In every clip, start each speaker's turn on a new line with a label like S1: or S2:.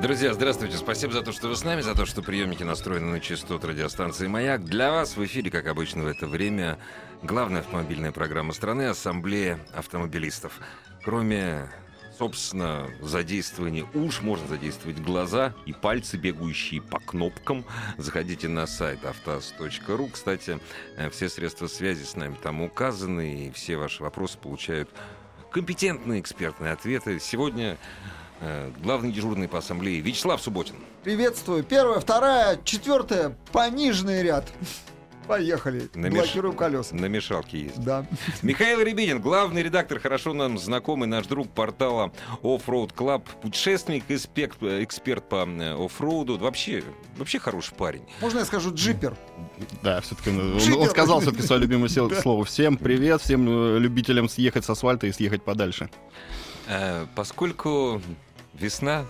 S1: Друзья, здравствуйте. Спасибо за то, что вы с нами, за то, что приемники настроены на частоту радиостанции «Маяк». Для вас в эфире, как обычно в это время, главная автомобильная программа страны «Ассамблея автомобилистов». Кроме собственно, задействование уш, можно задействовать глаза и пальцы, бегающие по кнопкам. Заходите на сайт автоаз.ру. Кстати, э, все средства связи с нами там указаны, и все ваши вопросы получают компетентные экспертные ответы. Сегодня э, главный дежурный по ассамблее Вячеслав Субботин.
S2: Приветствую. Первая, вторая, четвертая, пониженный ряд. Поехали.
S1: Намеш-
S2: Блокируем колеса.
S1: На мешалке есть.
S2: Да.
S1: Михаил Рябинин, главный редактор, хорошо нам знакомый наш друг портала Offroad Club, путешественник, эксперт, эксперт по э, оффроуду. Вообще, вообще хороший парень.
S2: Можно я скажу джипер?
S3: Да, все-таки он, он-
S2: Шикарно.
S3: он сказал все-таки свое любимое сел- слово. Всем привет, всем э, любителям съехать с асфальта и съехать подальше.
S1: Э, Поскольку весна,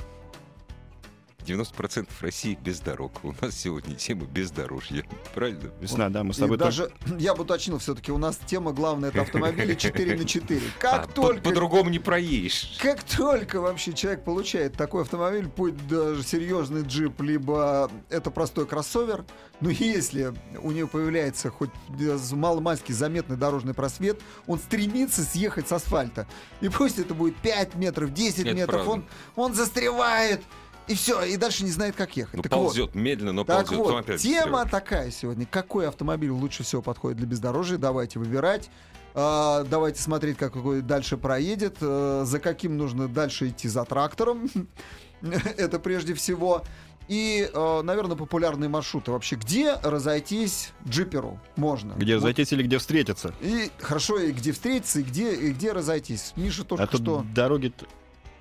S1: 90% России без дорог. У нас сегодня тема бездорожья. Правильно?
S3: Весна, да, мы с
S2: И
S3: тобой тоже.
S2: даже, я бы уточнил все-таки, у нас тема главная это автомобили 4 на 4.
S1: А,
S2: Как
S1: по-
S2: только...
S1: По-другому не проедешь.
S2: Как только вообще человек получает такой автомобиль, будь даже серьезный джип, либо это простой кроссовер, но если у него появляется хоть э, з- маломальский заметный дорожный просвет, он стремится съехать с асфальта. И пусть это будет 5 метров, 10
S1: Это
S2: метров,
S1: правда.
S2: он, он застревает, и все, и дальше не знает, как ехать.
S1: Ну,
S2: Так вот,
S1: ползет медленно, но
S2: так
S1: ползет.
S2: вот,
S1: Потом опять
S2: тема
S1: всё.
S2: такая сегодня. Какой автомобиль лучше всего подходит для бездорожья? Давайте выбирать. А, давайте смотреть, как какой дальше проедет. э, за каким нужно дальше идти за трактором. Это прежде всего. И, а, наверное, популярные маршруты. Вообще, где разойтись джиперу можно?
S3: Где
S2: Вот.
S3: разойтись или где встретиться?
S2: И хорошо, и где встретиться, и где, и где разойтись. Миша только
S3: а тут
S2: что...
S3: дороги...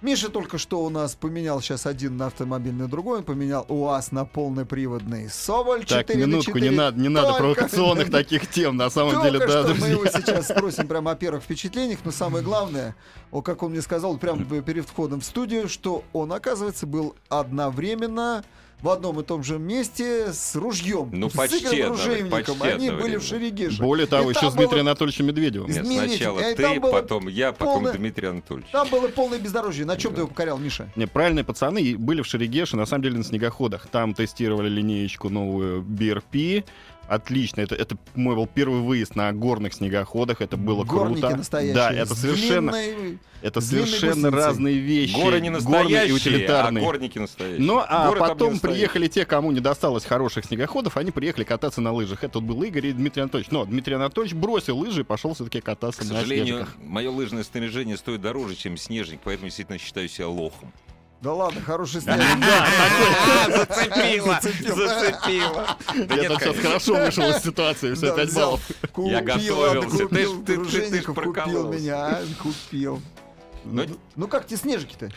S2: Миша только что у нас поменял сейчас один на автомобиль на другой. Он поменял УАЗ на полноприводный Соболь 4
S3: Так, минутку, не надо, не надо провокационных таких тем, на самом деле,
S2: Только
S3: да,
S2: что мы
S3: друзья.
S2: его сейчас спросим прямо о первых впечатлениях, но самое главное, о, как он мне сказал прямо перед входом в студию, что он, оказывается, был одновременно в одном и том же месте с ружьем.
S1: Ну,
S2: с
S1: почти
S2: сыгранным
S1: одновременно,
S2: ружейником.
S1: почти
S2: Они были
S1: одновременно.
S2: в Шерегеше.
S3: Более того,
S2: И
S3: еще
S2: там
S3: с Дмитрием
S2: было-
S3: Анатольевичем Медведевым.
S1: Нет,
S2: Змеевич,
S1: сначала
S2: э,
S1: ты,
S2: там было
S1: потом я, потом
S2: полное-
S1: Дмитрий Анатольевич.
S2: Там было полное бездорожье. На чем ты его покорял, Миша?
S3: Не, правильные пацаны и были в Шерегеше, на самом деле на снегоходах. Там тестировали линеечку новую BRP. Отлично, это, это мой был первый выезд на горных снегоходах, это было
S2: Горники
S3: круто.
S2: настоящие.
S3: Да, это
S2: с
S3: совершенно,
S2: длинной-
S3: это
S2: с длинной
S3: совершенно
S2: гусеницей.
S3: разные вещи.
S1: Горы не
S3: Горные
S1: настоящие,
S3: и утилитарные.
S1: а горники настоящие.
S3: Ну, а
S1: Горы там не
S3: потом
S1: настоящие.
S3: приехали те, кому не досталось хороших снегоходов, они приехали кататься на лыжах. Это вот был Игорь и Дмитрий Анатольевич. Но Дмитрий Анатольевич бросил лыжи и пошел все-таки кататься
S1: К
S3: на
S1: сожалению,
S3: снежках.
S1: мое лыжное снаряжение стоит дороже, чем снежник, поэтому действительно считаю себя лохом.
S2: Да ладно, хороший снег.
S1: Зацепила!
S2: Зацепила.
S1: Зацепила! Да
S3: Я
S1: нет,
S3: там сейчас
S1: конечно.
S3: хорошо вышел из ситуации, все
S2: Да,
S3: 5
S2: взял,
S3: баллов.
S2: Купил,
S1: Я готовился. Ты ж-
S2: откупил
S1: ты- ты- ты ж
S2: дружинников, купил
S1: прокололся.
S2: меня, а, купил.
S1: Ну,
S2: Ну как тебе снежики-то?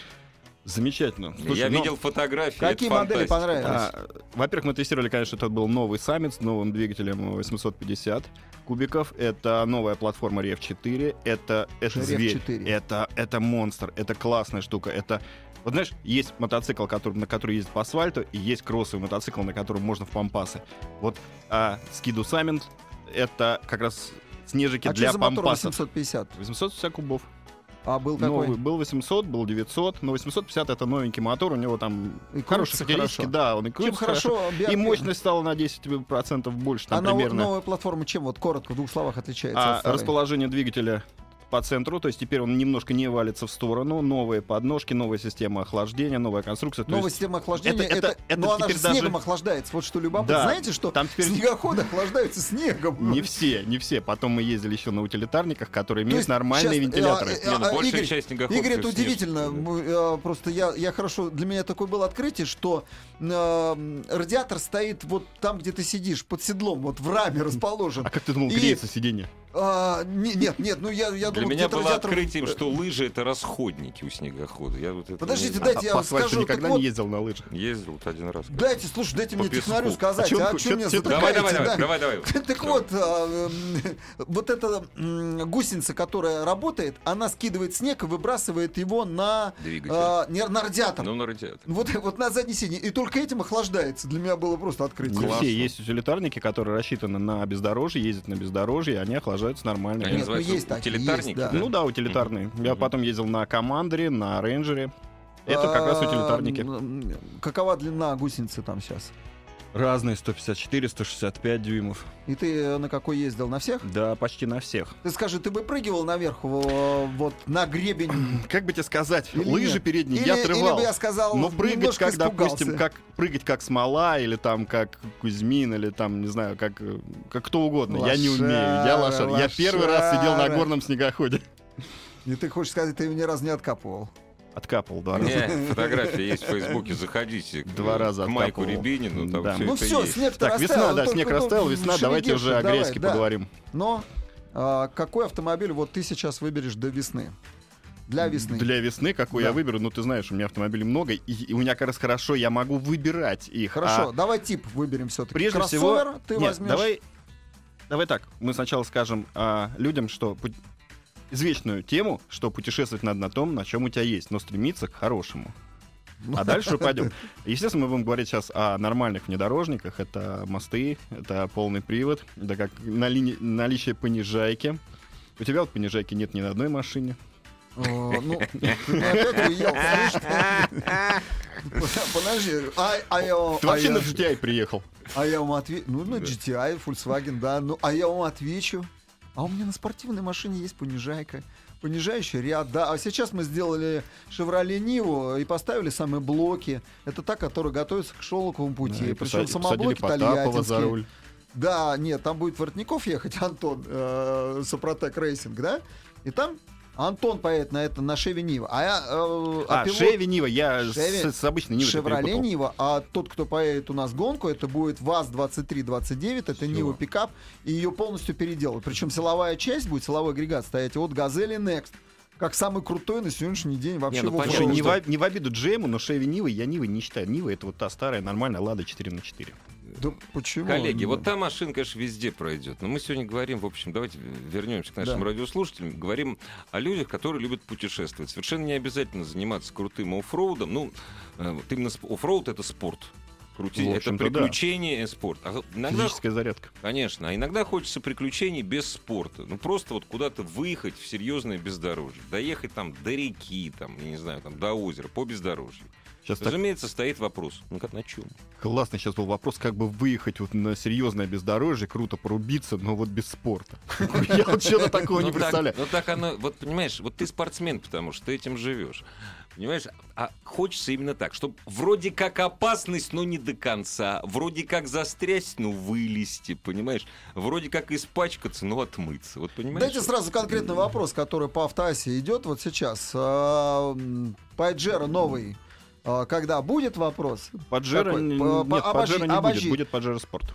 S3: Замечательно.
S1: Я
S3: Слушай, ну,
S1: видел фотографии.
S2: Какие
S1: это
S2: модели
S1: фантастика.
S2: понравились?
S3: а, Во-первых, мы тестировали, конечно, это был новый саммит с новым двигателем 850 кубиков. Это новая платформа Rev 4. Это, это
S2: Rev
S3: зверь.
S2: 4.
S3: Это, это монстр. Это классная штука. Это вот знаешь, есть мотоцикл, который, на который ездит по асфальту, и есть кроссовый мотоцикл, на котором можно в пампасы. Вот а, Скиду Саммит это как раз снежики
S2: А что
S3: для
S2: за мотор
S3: пампасов.
S2: 850?
S3: 850 кубов.
S2: А был
S3: Новый,
S2: какой?
S3: был 800, был 900, но 850 это новенький мотор, у него там
S2: И
S3: хорошие
S2: крутится
S3: характеристики,
S2: хорошо.
S3: да, он и
S2: Чем
S3: крутится хорошо.
S2: хорошо
S3: И
S2: биатлон?
S3: мощность стала на 10% больше, там
S2: А нов-
S3: примерно.
S2: новая платформа чем вот коротко в двух словах отличается
S3: А
S2: от старой?
S3: расположение двигателя по центру, то есть теперь он немножко не валится в сторону, новые подножки, новая система охлаждения, новая конструкция. то
S2: Новая
S3: есть-
S2: система охлаждения,
S3: это-
S2: это,
S3: это- это
S2: ну она же
S3: теперь даже-
S2: снегом охлаждается, вот что любопытно.
S3: Да,
S2: Знаете, что
S3: там теперь-
S2: снегоходы охлаждаются снегом?
S3: Не все, не все. Потом мы ездили еще на утилитарниках, которые
S2: То
S3: имеют
S2: есть
S3: нормальные
S2: сейчас, э,
S3: вентиляторы.
S2: э,
S1: Не, ну,
S2: А,
S1: большая
S2: Игорь-
S1: часть снегоходов,
S2: Игорь, это
S1: конечно,
S2: удивительно.
S1: снежки, да.
S2: Мы, э, Просто я, я хорошо, для меня такое было открытие, что э, м, радиатор стоит вот там, где ты сидишь, под седлом, вот в раме расположен.
S3: А как ты думал,
S2: И-
S3: греется сиденье?
S2: А, не- нет, нет, ну я, я
S1: Для
S2: думаю,
S1: меня было
S2: тетрализатор-
S1: открытием, что лыжи это расходники у снегохода. Я вот это
S2: Подождите,
S1: не
S2: дайте
S3: А
S2: я
S3: по
S2: вам
S3: асфальту
S2: скажу,
S3: никогда
S2: так вот,
S3: не ездил на лыжах.
S1: ездил вот один раз.
S2: Дайте, слушай, дайте
S1: По
S2: мне
S1: песку.
S2: технарю сказать,
S3: чё-
S2: а,
S3: чё-
S2: что мне
S3: чё-
S1: Давай,
S2: затыкаете,
S1: давай,
S2: да?
S1: давай, давай, давай.
S2: Так вот, а, м, вот эта м, гусеница, которая работает, она скидывает снег и выбрасывает его на,
S1: Двигатель.
S2: а, не- на радиатор.
S1: Ну, на радиатор.
S2: Вот, вот на заднее сиденье. И только этим охлаждается. Для меня было просто открытие.
S3: Не
S1: Классно.
S3: все есть утилитарники, которые рассчитаны на бездорожье, ездят на бездорожье, и они охлаждаются нормально.
S1: Они
S2: Нет, ну
S1: называются
S2: есть так,
S1: утилитарники,
S2: есть, да.
S3: Ну да, утилитарные. Я
S1: Мгм.
S3: потом ездил на командере, на рейнджере. Это как раз
S2: А,
S3: утилитарники.
S2: м, Какова длина гусеницы там сейчас?
S3: Разные 154, 165 дюймов.
S2: И ты на какой ездил? На всех?
S3: Да, почти на всех.
S2: Ты скажи, ты выпрыгивал наверх э, вот на гребень?
S3: Как бы тебе сказать,
S2: Или
S3: лыжи
S2: нет?
S3: передние
S2: Или-
S3: я
S2: или
S3: отрывал.
S2: бы я сказал,
S3: но прыгать,
S2: немножко
S3: как, допустим,
S2: испугался.
S3: как прыгать как смола, или там как Кузьмин, или там, не знаю, как, э, как кто угодно. я не умею. Я
S2: Лошара,
S3: лошара. Я первый раз сидел на
S2: лошара.
S3: горном снегоходе.
S2: И ты хочешь сказать, ты его ни разу не откапывал.
S3: Откапывал два раза.
S1: Не, фотография есть в Фейсбуке, заходите. к-
S3: Два раза
S1: К Майку
S3: откапывал.
S1: Рябинину, там
S3: Да.
S1: все
S2: ну
S1: это
S2: все,
S1: есть.
S2: снег
S3: Так, весна, да,
S2: ну,
S3: снег растаял, весна, давайте уже о грязке поговорим.
S2: Но а, какой автомобиль вот ты сейчас выберешь до весны? Для весны.
S3: Для весны, какую
S2: Да.
S3: я выберу, ну ты знаешь, у меня автомобилей много, и, и у меня как раз хорошо, я могу выбирать их.
S2: Хорошо,
S3: А
S2: давай тип выберем все-таки.
S3: прежде
S2: Кроссовер
S3: всего,
S2: ты
S3: Нет,
S2: возьмешь.
S3: давай, давай так, мы сначала скажем а, людям, что пу- извечную тему, что путешествовать надо на том, на чем у тебя есть, но стремиться к хорошему.
S2: Ну
S3: А дальше пойдем. Естественно, мы будем говорить сейчас о нормальных внедорожниках. Это мосты, это полный привод, да как на линии- наличие понижайки. У тебя вот понижайки нет ни на одной машине.
S2: О, Ну, ты опять уел, слышишь? Подожди, а, а я, вам-
S3: Ты
S2: а
S3: вообще
S2: я-
S3: на GTI приехал.
S2: а я вам отвечу. Ну, на GTI, Volkswagen, да. Ну, а я вам отвечу. А у меня на спортивной машине есть понижайка. Понижающий ряд, да. А сейчас мы сделали Chevrolet Ниву и поставили самые блоки. Это та, которая готовится к шелковому пути.
S3: Да, и
S2: Причем
S3: посади-
S2: самоблоки
S3: Потапова за
S2: тольяттинские.
S3: руль.
S2: Да, нет, там будет Воротников ехать, Антон, э, Сопротек Рейсинг, да? И там Антон поедет на это на Шеве Нива. А, я, э,
S3: А,
S2: пилот
S3: Шеви Нива, я с-
S2: Chevy-
S3: с, обычной Нивой
S2: Шевроле Нива, а тот, кто поедет у нас в гонку, это будет ВАЗ-2329, это Нива пикап, и ее полностью переделают. Причем силовая часть будет, силовой агрегат стоять от Газели Next, как самый крутой на сегодняшний день вообще
S1: Не, ну
S2: в
S1: понятно,
S3: Слушай,
S2: оффроуде.
S3: не, в, об- не в обиду Джейму, но Шеви Нива я Нивы не считаю. Нива это вот та старая нормальная Лада 4 на 4
S2: Да почему?
S1: Коллеги, вот та машина, конечно, везде пройдет. Но мы сегодня говорим, в общем, давайте вернемся к нашим
S2: Да.
S1: радиослушателям. Говорим о людях, которые любят путешествовать. Совершенно не обязательно заниматься крутым оффроудом. Ну, э, вот именно сп- оффроуд — это спорт. Крути...
S3: В
S1: Это
S3: общем-то, да.
S1: приключение и спорт. А иногда
S3: Физическая зарядка.
S1: Конечно, а иногда хочется приключений без спорта. Ну просто вот куда-то выехать в серьезное бездорожье, доехать там до реки, там, я не знаю, там до озера, по бездорожью.
S3: Сейчас так
S1: Разумеется, стоит вопрос: ну как на чем?
S3: классно сейчас был вопрос, как бы выехать вот на серьезное бездорожье, круто порубиться, но вот без спорта. Я вот что-то такого не
S1: Ну, так-
S3: представляю.
S1: Ну так оно, вот понимаешь, вот ты спортсмен, потому что ты этим живешь. Понимаешь, а хочется именно так, чтобы вроде как опасность, но не до конца. Вроде как застрясть, но вылезти, понимаешь? Вроде как испачкаться, но отмыться. Вот понимаешь?
S2: Дайте сразу конкретный вопрос, который по автоасе идет вот сейчас. А, м, Пайджеро новый. а, Когда будет вопрос?
S3: Паджеро
S2: Какой?
S3: не-
S2: По- по-
S3: нет, Паджеро не
S2: обожи.
S3: будет, будет Паджеро Спорт.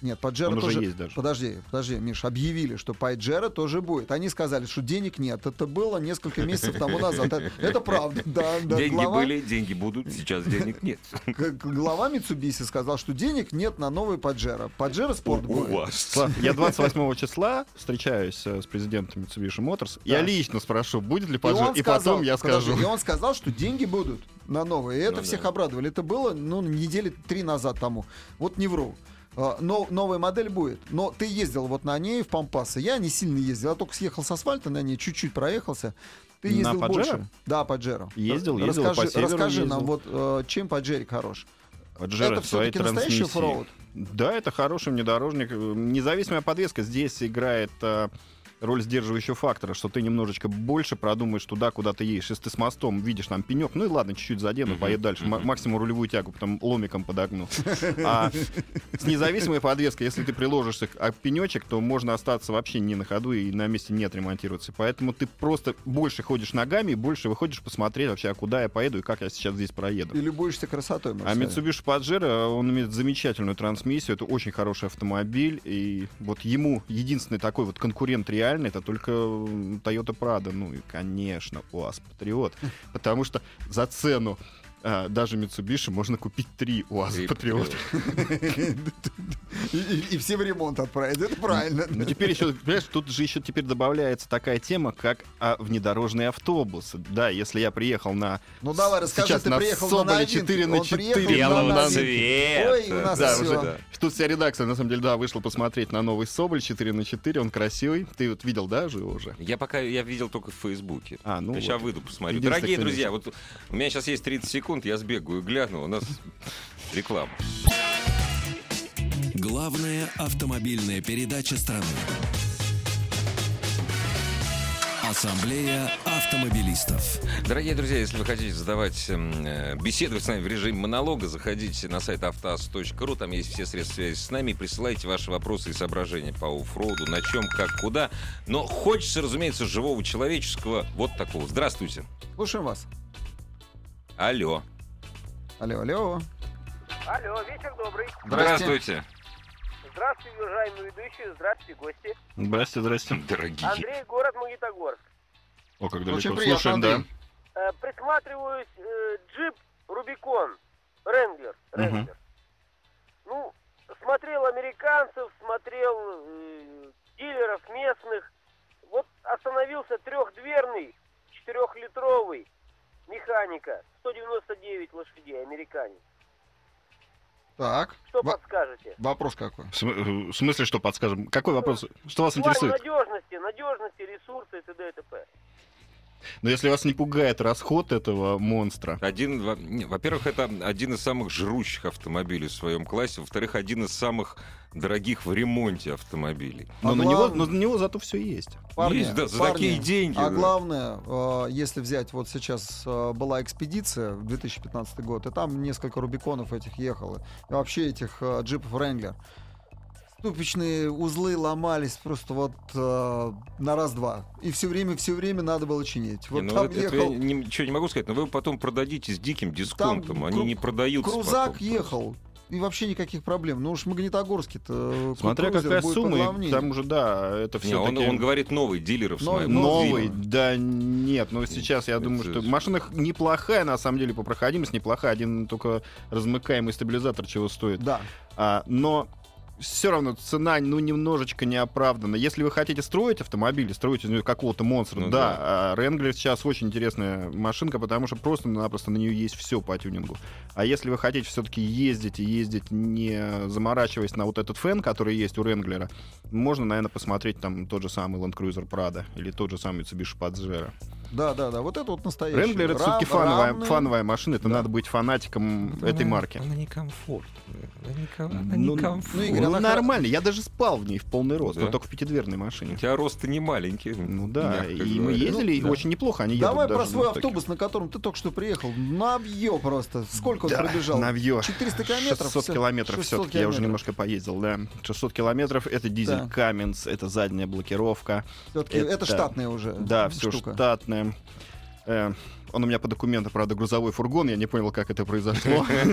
S2: Нет, Паджеро
S3: Он уже
S2: тоже...
S3: есть даже.
S2: Подожди, подожди, Миш, объявили, что Пайджеро тоже будет. Они сказали, что денег нет. Это было несколько месяцев тому назад. Это- Это правда, да. да.
S1: деньги
S2: Глава-
S1: были, деньги будут, сейчас денег нет.
S2: г- Глава Митсубиси сказал, что денег нет на новый Паджеро. Паджеро спорт
S1: У
S2: будет.
S1: вас.
S3: Слав, Я 28 числа встречаюсь э, с президентом Mitsubishi Motors. Я лично спрошу, будет ли Паджеро,
S2: он
S3: и
S2: сказал-
S3: потом я
S2: подожди,
S3: скажу.
S2: И он сказал, что деньги будут на новые. И это
S1: Ну
S2: всех
S1: да.
S2: обрадовали. Это было, ну, недели три назад тому. Вот не вру. А, Но новая модель будет. Но ты ездил вот на ней в Пампасы. Я не сильно ездил. Я только съехал с асфальта на ней, чуть-чуть проехался. Ты
S3: На
S2: ездил
S3: Паджеро?
S2: больше. Да, Паджеро.
S3: Ездил, ездил,
S2: расскажи,
S3: по северу
S2: Расскажи
S3: ездил.
S2: нам, вот э, чем Паджерик хорош.
S3: Паджеро
S2: это
S3: в своей
S2: все-таки настоящий
S3: трансмиссии.
S2: оффроуд.
S3: Да, это хороший внедорожник. Э, Независимая подвеска здесь играет э, роль сдерживающего фактора, что ты немножечко больше продумаешь туда, куда ты едешь. Если ты с мостом видишь там пенек, ну и ладно, чуть-чуть задену,
S1: Мгм,
S3: поеду дальше. М-
S1: мгм.
S3: максимум рулевую тягу, потом ломиком подогну. А с независимой подвеской, если ты приложишься к а, пенечек, то можно остаться вообще не на ходу и на месте не отремонтироваться. Поэтому ты просто больше ходишь ногами и больше выходишь посмотреть вообще, а куда я поеду и как я сейчас здесь проеду.
S2: И любуешься красотой, можно
S3: А
S2: сказать.
S3: Mitsubishi Pajero, э, он имеет замечательную трансмиссию, это очень хороший автомобиль, и вот ему единственный такой вот конкурент реальный, это только м, Toyota Prado, ну и, конечно, УАЗ Патриот, потому что за цену а, даже Mitsubishi можно купить три УАЗ
S1: Три
S3: Патриота.
S2: И, и- и все в ремонт отправят, это правильно.
S3: Но теперь еще, понимаешь, тут же еще теперь добавляется такая тема, как а, внедорожные автобусы. Да, если я приехал на...
S2: Ну давай, расскажи,
S3: Сейчас
S2: ты
S3: на
S2: приехал
S3: Соболе
S2: на новинки.
S3: 4 на
S2: Он приехал
S3: 4
S2: на
S3: белого
S2: новинки.
S4: цвета.
S2: Ой, у нас
S3: Да,
S2: все.
S3: уже да. Тут вся редакция, на самом деле, да, вышла посмотреть на новый Соболь 4 на 4 он красивый. Ты вот видел, да, же его уже?
S1: Я пока я видел только в Фейсбуке.
S3: А, ну
S1: сейчас
S3: вот.
S1: выйду, посмотрю.
S3: Единственное,
S1: Дорогие
S3: кто
S1: друзья, вот у меня сейчас есть 30 секунд, я сбегаю, гляну, у нас реклама.
S5: Главная автомобильная передача страны. Ассамблея автомобилистов.
S1: Дорогие друзья, если вы хотите задавать, эм, э, беседовать с нами в режиме монолога, заходите на сайт автоаз.ру, там есть все средства связи с нами, присылайте ваши вопросы и соображения по оффроуду, на чем, как, куда. Но хочется, разумеется, живого человеческого вот такого. Здравствуйте.
S2: Слушаем вас.
S1: Алло.
S2: Алло, алло.
S6: Алло, вечер добрый.
S1: Здравствуйте.
S6: Здравствуйте, уважаемые ведущие, здравствуйте, гости.
S3: Здрасте, здрасте.
S1: Дорогие.
S6: Андрей, город Магнитогорск.
S3: О, как далеко.
S2: Очень приятно,
S3: Слушаем,
S2: Андрей.
S3: да.
S6: Э, присматриваюсь э, джип Рубикон, Ренглер. Ренглер. Ну, смотрел американцев, смотрел э, дилеров местных. Вот остановился трехдверный, четырехлитровый механика, 199 лошадей, американец.
S2: Так,
S6: Что
S2: Во-
S6: подскажете?
S2: вопрос какой?
S3: В см- э, в смысле, что подскажем? Какой вопрос? Что вас
S6: В плане
S3: интересует?
S6: надежности, надежности, ресурса и т.д. и т.п.
S3: Но если вас не пугает расход этого монстра,
S1: Один, во- не, во-первых, это один из самых жрущих автомобилей в своем классе. Во-вторых, один из самых дорогих в ремонте автомобилей.
S3: но
S2: А
S3: на, него,
S2: глав-
S3: но на него зато все есть.
S2: Парни,
S1: Есть, да, за
S2: парни,
S1: такие деньги. да.
S2: А главное, э, если взять, вот сейчас э, была экспедиция в 2015 год, и там несколько Рубиконов этих ехало, и вообще этих э, джипов Ренглер. Ступичные узлы ломались просто вот э, на раз-два. И все время, все время надо было чинить. Вот
S1: Не, ну,
S2: там
S1: это- это я
S2: ехал,
S1: ни- ничего не могу сказать, но вы потом продадите с диким дисконтом. Они
S2: кру-
S1: не продаются.
S2: крузак
S1: потом.
S2: ехал, и вообще никаких проблем. Ну уж Магнитогорский-то...
S3: Смотря
S2: крузер
S3: какая
S2: будет
S3: сумма, и
S2: поглавнее.
S3: там уже, да, это
S1: Не,
S3: все
S1: он, он говорит новый дилеров. ну,
S2: Новый,
S3: Новый,
S2: Новый.
S3: да нет, но сейчас я
S1: Нет,
S3: думаю,
S1: это
S3: что
S1: же-
S3: машина неплохая, на самом деле, по проходимости неплохая, один только размыкаемый стабилизатор чего стоит.
S2: Да.
S3: А, но все равно цена, ну, немножечко неоправдана. Если вы хотите строить автомобиль, и строить из него какого-то монстра,
S1: Ну
S3: да, а Wrangler сейчас очень интересная машинка, потому что просто-напросто на нее есть все по тюнингу. А если вы хотите все-таки ездить и ездить, не заморачиваясь на вот этот фен, который есть у Ренглера, можно, наверное, посмотреть там тот же самый Land Cruiser Prado или тот же самый Mitsubishi Pajero.
S2: Да, да, да. Вот это вот настоящий.
S3: Ренглер это все-таки
S2: Рам-
S3: фановая,
S2: рамный.
S3: фановая машина, это надо быть фанатиком этой марки.
S1: Она некомфортная.
S3: Ну,
S2: Ну,
S3: ну,
S2: Игорь, она
S3: нормально, я даже спал в ней в полный рост,
S1: Да.
S3: но только в пятидверной
S1: У
S3: машине.
S1: тебя рост не маленький.
S3: Ну да,
S1: мягко
S3: и мы
S1: говоря.
S3: ездили, и
S2: Ну, да.
S3: очень неплохо. Они
S2: Давай
S3: едут даже
S2: про свой
S3: на таких.
S2: автобус, на котором ты только что приехал. Навье просто. Сколько
S3: Да,
S2: он пробежал?
S3: навьё.
S2: 400 километров.
S3: 600
S2: всё-
S3: километров
S2: 600
S3: все-таки, я уже
S2: километров.
S3: немножко поездил, да. 600 километров, это дизель
S2: Да.
S3: Каменс, это задняя блокировка,
S2: Всё-таки это,
S3: Это-
S2: штатная уже ну,
S3: да, все
S2: Э, штука.
S3: штатное. Э, он у меня по документам, правда, грузовой фургон, я не понял, как это произошло.
S2: Ну,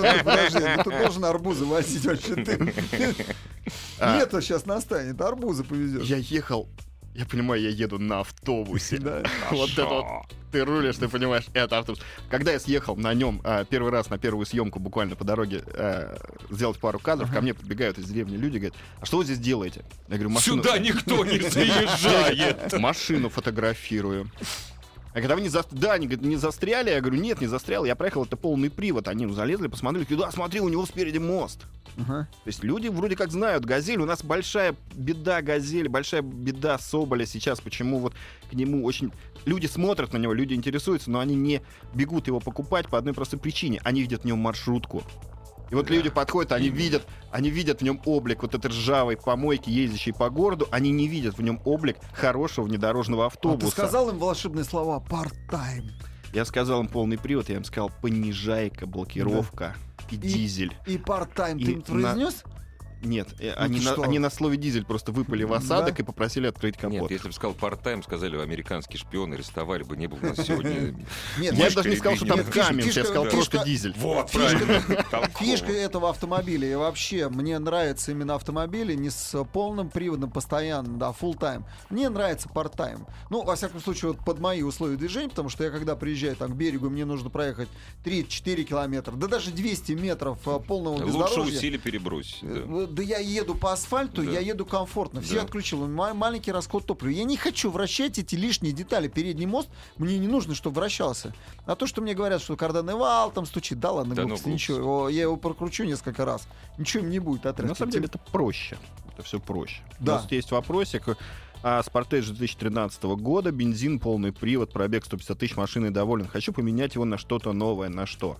S2: ты подожди, ну ты должен арбузы возить вообще ты.
S3: А.
S2: Лето сейчас настанет, арбузы повезешь.
S3: Я ехал, я понимаю, я еду на автобусе.
S2: Да.
S3: Вот это вот ты рулишь, ты понимаешь, это автобус. Когда я съехал на нем первый раз на первую съемку буквально по дороге э, сделать пару кадров, ко мне подбегают из деревни люди, говорят, а что вы здесь делаете? Я говорю, машину...
S1: Сюда никто не заезжает.
S3: Машину фотографирую. Я говорю, «А вы не за... Да, они говорят, не застряли? Я говорю, нет, не застрял, я проехал, это полный привод. Они залезли, посмотрели, говорю, да, смотри, у него спереди мост.
S2: Ага. А
S3: То есть люди вроде как знают «Газель». У нас большая беда «Газели», большая беда «Соболя» сейчас. Почему вот к нему очень... Люди смотрят на него, люди интересуются, но они не бегут его покупать по одной простой причине. Они видят в нем маршрутку. И вот
S1: Да.
S3: люди подходят, они видят, они видят в нем облик вот этой ржавой помойки, ездящей по городу, они не видят в нем облик хорошего внедорожного
S2: А
S3: автобуса.
S2: ты сказал им волшебные слова «парт-тайм»
S3: Я сказал им полный привод, я им сказал понижайка, блокировка и, дизель.
S2: и «парт-тайм» ты
S3: И
S2: им произнес?
S3: Нет, э,
S2: Ну
S3: они,
S2: ты
S3: на,
S2: что?
S3: они на слове дизель просто выпали в осадок
S2: Да?
S3: и попросили открыть
S1: Нет,
S3: капот.
S1: если бы сказал парт-тайм, сказали, бы, американский шпион арестовали бы, не был бы у нас сегодня.
S2: Нет,
S3: я
S1: Мышкой
S3: же даже не сказал, что там
S1: передвинем.
S2: Нет,
S3: камень,
S2: фишка-
S3: я сказал
S2: фишка-
S3: просто
S2: фишка-
S3: дизель.
S1: Вот,
S2: Фишка-
S1: правильно. толково.
S2: Фишка этого автомобиля и вообще мне нравятся именно автомобили не с полным приводом постоянно, да, full time. Мне нравится part-time. Ну, во всяком случае, вот под мои условия движения, потому что я когда приезжаю там к берегу, мне нужно проехать 3-4 километра, да даже 200 метров а, полного
S1: Лучше
S2: бездорожья.
S1: усилий перебрось. да.
S2: Э, Да я еду по асфальту,
S1: Да.
S2: я еду комфортно. Все
S1: Да.
S2: отключил. Ма- маленький расход топлива. Я не хочу вращать эти лишние детали. Передний мост мне не нужно, чтобы вращался. А то, что мне говорят, что карданный вал там стучит, да ладно,
S1: Да ну,
S2: глупость,
S1: глупость.
S2: ничего. О, Я его прокручу несколько раз. Ничего им не будет отрезать.
S3: На самом деле это проще. Это все проще.
S2: Да.
S3: У нас есть вопросик. А, Спортеж 2013 года, бензин, полный привод, пробег 150 тысяч, машиной доволен. Хочу поменять его на что-то новое, на что?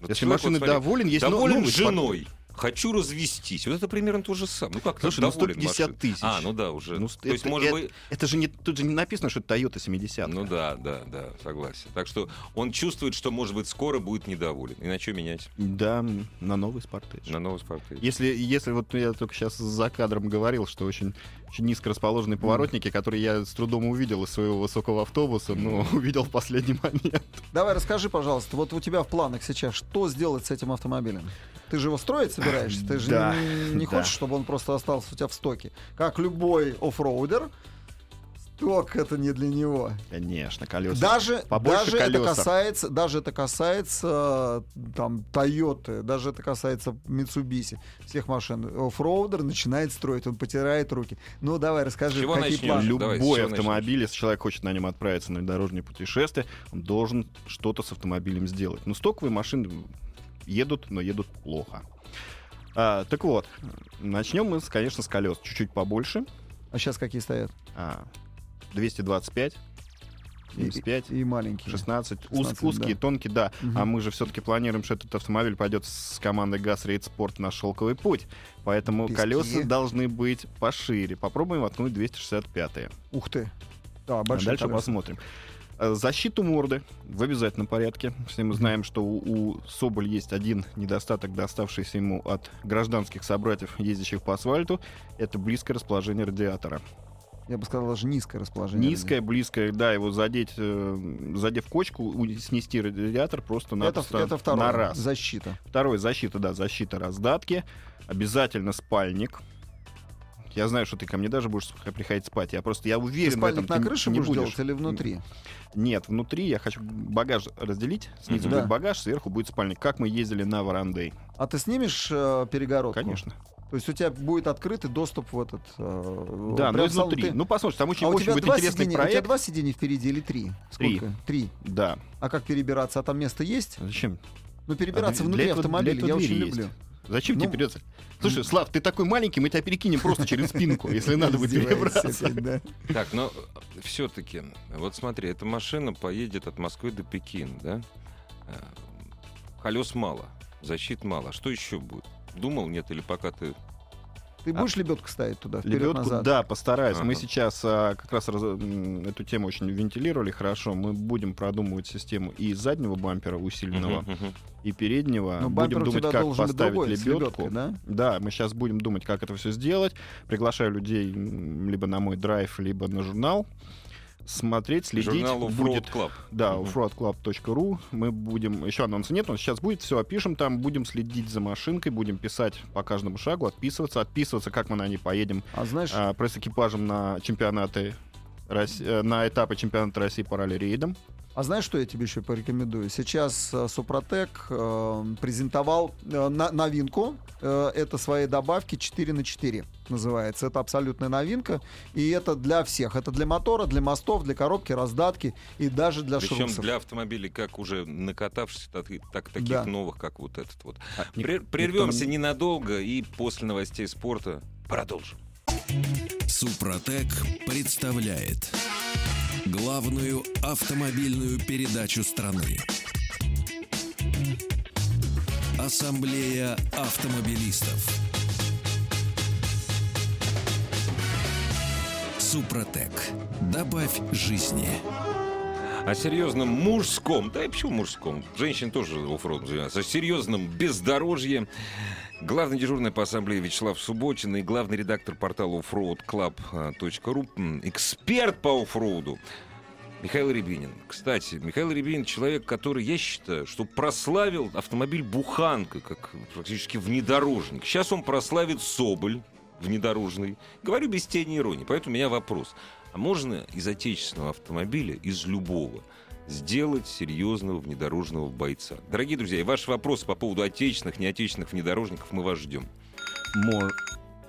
S1: Вот
S3: Если
S1: человек, вот
S3: машина
S1: смотри,
S3: доволен, есть но-
S1: доволен
S3: новый Спортеж.
S1: женой. Хочу развестись. Вот это примерно то же самое. Ну как,
S3: Слушай, ну,
S1: доволен
S3: 150
S1: машиной.
S3: тысяч.
S1: А, ну да, уже.
S3: Ну,
S1: то
S3: это-
S1: есть, может
S3: это-
S1: быть...
S3: Это же не, тут же не написано, что это Toyota 70.
S1: Ну да, да, да, согласен. Так что он чувствует, что, может быть, скоро будет недоволен. И на что менять?
S3: Да, на новый Спортеж.
S1: На новый спорт.
S3: Если, если вот я только сейчас за кадром говорил, что очень, очень низко расположенные поворотники, которые я с трудом увидел из своего высокого автобуса, но увидел в последний момент.
S2: Давай расскажи, пожалуйста, вот у тебя в планах сейчас, что сделать с этим автомобилем? Ты же его строить собираешься? Ты же
S3: Да,
S2: не, не
S3: да.
S2: хочешь, чтобы он просто остался у тебя в стоке? Как любой оффроудер, сток это не для него.
S3: Конечно, колеса.
S2: Даже,
S3: побольше
S2: даже это
S3: колеса.
S2: касается, даже это касается э, там Toyota, даже это касается Mitsubishi, всех машин. Оффроудер начинает строить, он потирает руки. Ну давай расскажи,
S1: Чего
S2: какие
S1: начнем?
S2: планы.
S1: Лю- Давай, с чего
S3: Любой автомобиль, если человек хочет на нем отправиться на дорожное путешествие, он должен что-то с автомобилем сделать. Но стоковые машины едут, но едут плохо. А, так вот, начнем мы, с, конечно, с колес. Чуть-чуть побольше.
S2: А сейчас какие стоят?
S3: А, 225, 75,
S2: И, и маленькие.
S3: 16.
S2: 16,
S3: узкие,
S2: да.
S3: тонкие, да.
S2: Мгм.
S3: А мы же все-таки планируем, что этот автомобиль пойдет с командой ГАЗ Рейд Спорт на шелковый путь. Поэтому
S2: Пески.
S3: колеса должны быть пошире. Попробуем воткнуть 265-е.
S2: Ух ты. Да,
S3: А
S2: большие
S3: дальше
S2: колеса.
S3: посмотрим. Э, Защиту морды в обязательном порядке. Все мы знаем, что у, у Соболь есть один недостаток, доставшийся ему от гражданских собратьев, ездящих по асфальту. Это близкое расположение радиатора.
S2: Я бы сказал, даже низкое расположение.
S3: Низкое, близкое, да, его задеть, э, задев кочку, у- снести радиатор просто на,
S2: Это, это второе.
S3: на раз.
S2: Защита.
S3: Второй защита, да, защита раздатки. Обязательно спальник. Я знаю, что ты ко мне даже будешь приходить спать. Я просто, я
S2: Ты
S3: уверен в этом.
S2: спальник
S3: ты
S2: на
S3: не-
S2: крыше
S3: не
S2: будешь
S3: будешь.
S2: делать или внутри?
S3: Нет, внутри я хочу багаж разделить. Снизу
S1: Мгм.
S3: будет
S2: Да.
S3: багаж, сверху будет спальник. Как мы ездили на Варандей.
S2: А ты снимешь э, перегородку?
S3: Конечно.
S2: То есть у тебя будет открытый доступ в этот... э,
S3: Да, но
S2: прям в салон.
S3: изнутри.
S2: Ты-
S3: Ну, посмотрим, там очень,
S2: а у
S3: очень
S2: тебя,
S3: будет
S2: два
S3: интересный
S2: сиденья, у тебя
S3: проект.
S2: два сиденья впереди или три?
S3: Три.
S2: Сколько? Три.
S3: Да.
S2: А как перебираться? А там место есть?
S3: Зачем?
S2: Ну,
S3: А
S2: перебираться
S3: для- для
S2: внутри
S3: этого- для
S2: автомобиля
S3: этого
S2: я очень
S3: двери
S2: люблю.
S3: есть. Зачем
S2: Ну,
S3: тебе придется? Слушай, Слав, ты такой маленький, мы тебя перекинем просто через спинку, если надо будет
S2: Издеваешься
S3: перебраться.
S2: опять, да.
S1: Так, но все-таки, вот смотри, эта машина поедет от Москвы до Пекина, да? Э, Колес мало, защит мало. А Что еще будет? Думал, нет, или пока ты...
S2: Ты будешь лебедку ставить туда,
S3: Лебедку,
S2: вперед-назад?
S3: да, постараюсь. Мы
S1: Ага.
S3: сейчас а, как раз раз- м, эту тему очень вентилировали хорошо. Мы будем продумывать систему и заднего бампера усиленного,
S1: Мгм, мгм.
S3: и переднего.
S2: Но Ну, бампер
S3: будем
S2: у
S3: думать,
S2: тебя
S3: как
S2: должен быть
S3: поставить
S2: другой, с
S3: лебедку.
S2: лебедкой, да?
S3: Да, мы сейчас будем думать, как это все сделать. Приглашаю людей м, либо на мой драйв, либо на журнал. Смотреть, следить.
S1: Журнал Offroad
S3: будет,
S1: Club.
S3: да,
S1: Мгм.
S3: offroadclub.ru. Мы будем... Еще анонса нет, но сейчас будет. Все опишем там. Будем следить за машинкой, будем писать по каждому шагу, отписываться. Отписываться, как мы на ней поедем
S2: А знаешь,
S3: а, пресс экипажем на чемпионаты Рос- э, на этапы чемпионата России по ралли-рейдам.
S2: А знаешь, что я тебе еще порекомендую? Сейчас э, Супротек э, презентовал э, на- новинку. Э, это свои добавки 4 на 4 называется. Это абсолютная новинка. И это для всех. Это для мотора, для мостов, для коробки, раздатки и даже для
S1: Причем
S2: шрусов.
S1: для автомобилей, как уже накатавшись, так, так- таких
S2: Да.
S1: новых, как вот этот вот.
S3: ник-
S1: Прер- Прервемся ненадолго и после новостей спорта продолжим.
S5: Супротек представляет главную автомобильную передачу страны. Ассамблея автомобилистов. Супротек. Добавь жизни.
S1: О серьезном мужском, да и почему мужском? Женщин тоже оффроудом занимаются. О серьезном бездорожье. Главный дежурный по ассамблее Вячеслав Субботин и главный редактор портала offroadclub.ru, а, м, эксперт по оффроуду Михаил Рябинин. Кстати, Михаил Рябинин человек, который, я считаю, что прославил автомобиль Буханка, как практически внедорожник. Сейчас он прославит Соболь внедорожный. Говорю без тени иронии, поэтому у меня вопрос. А можно из отечественного автомобиля, из любого, сделать серьезного внедорожного бойца? Дорогие друзья, и ваши вопросы по поводу отечественных, неотечественных внедорожников мы вас ждем.
S3: Мор-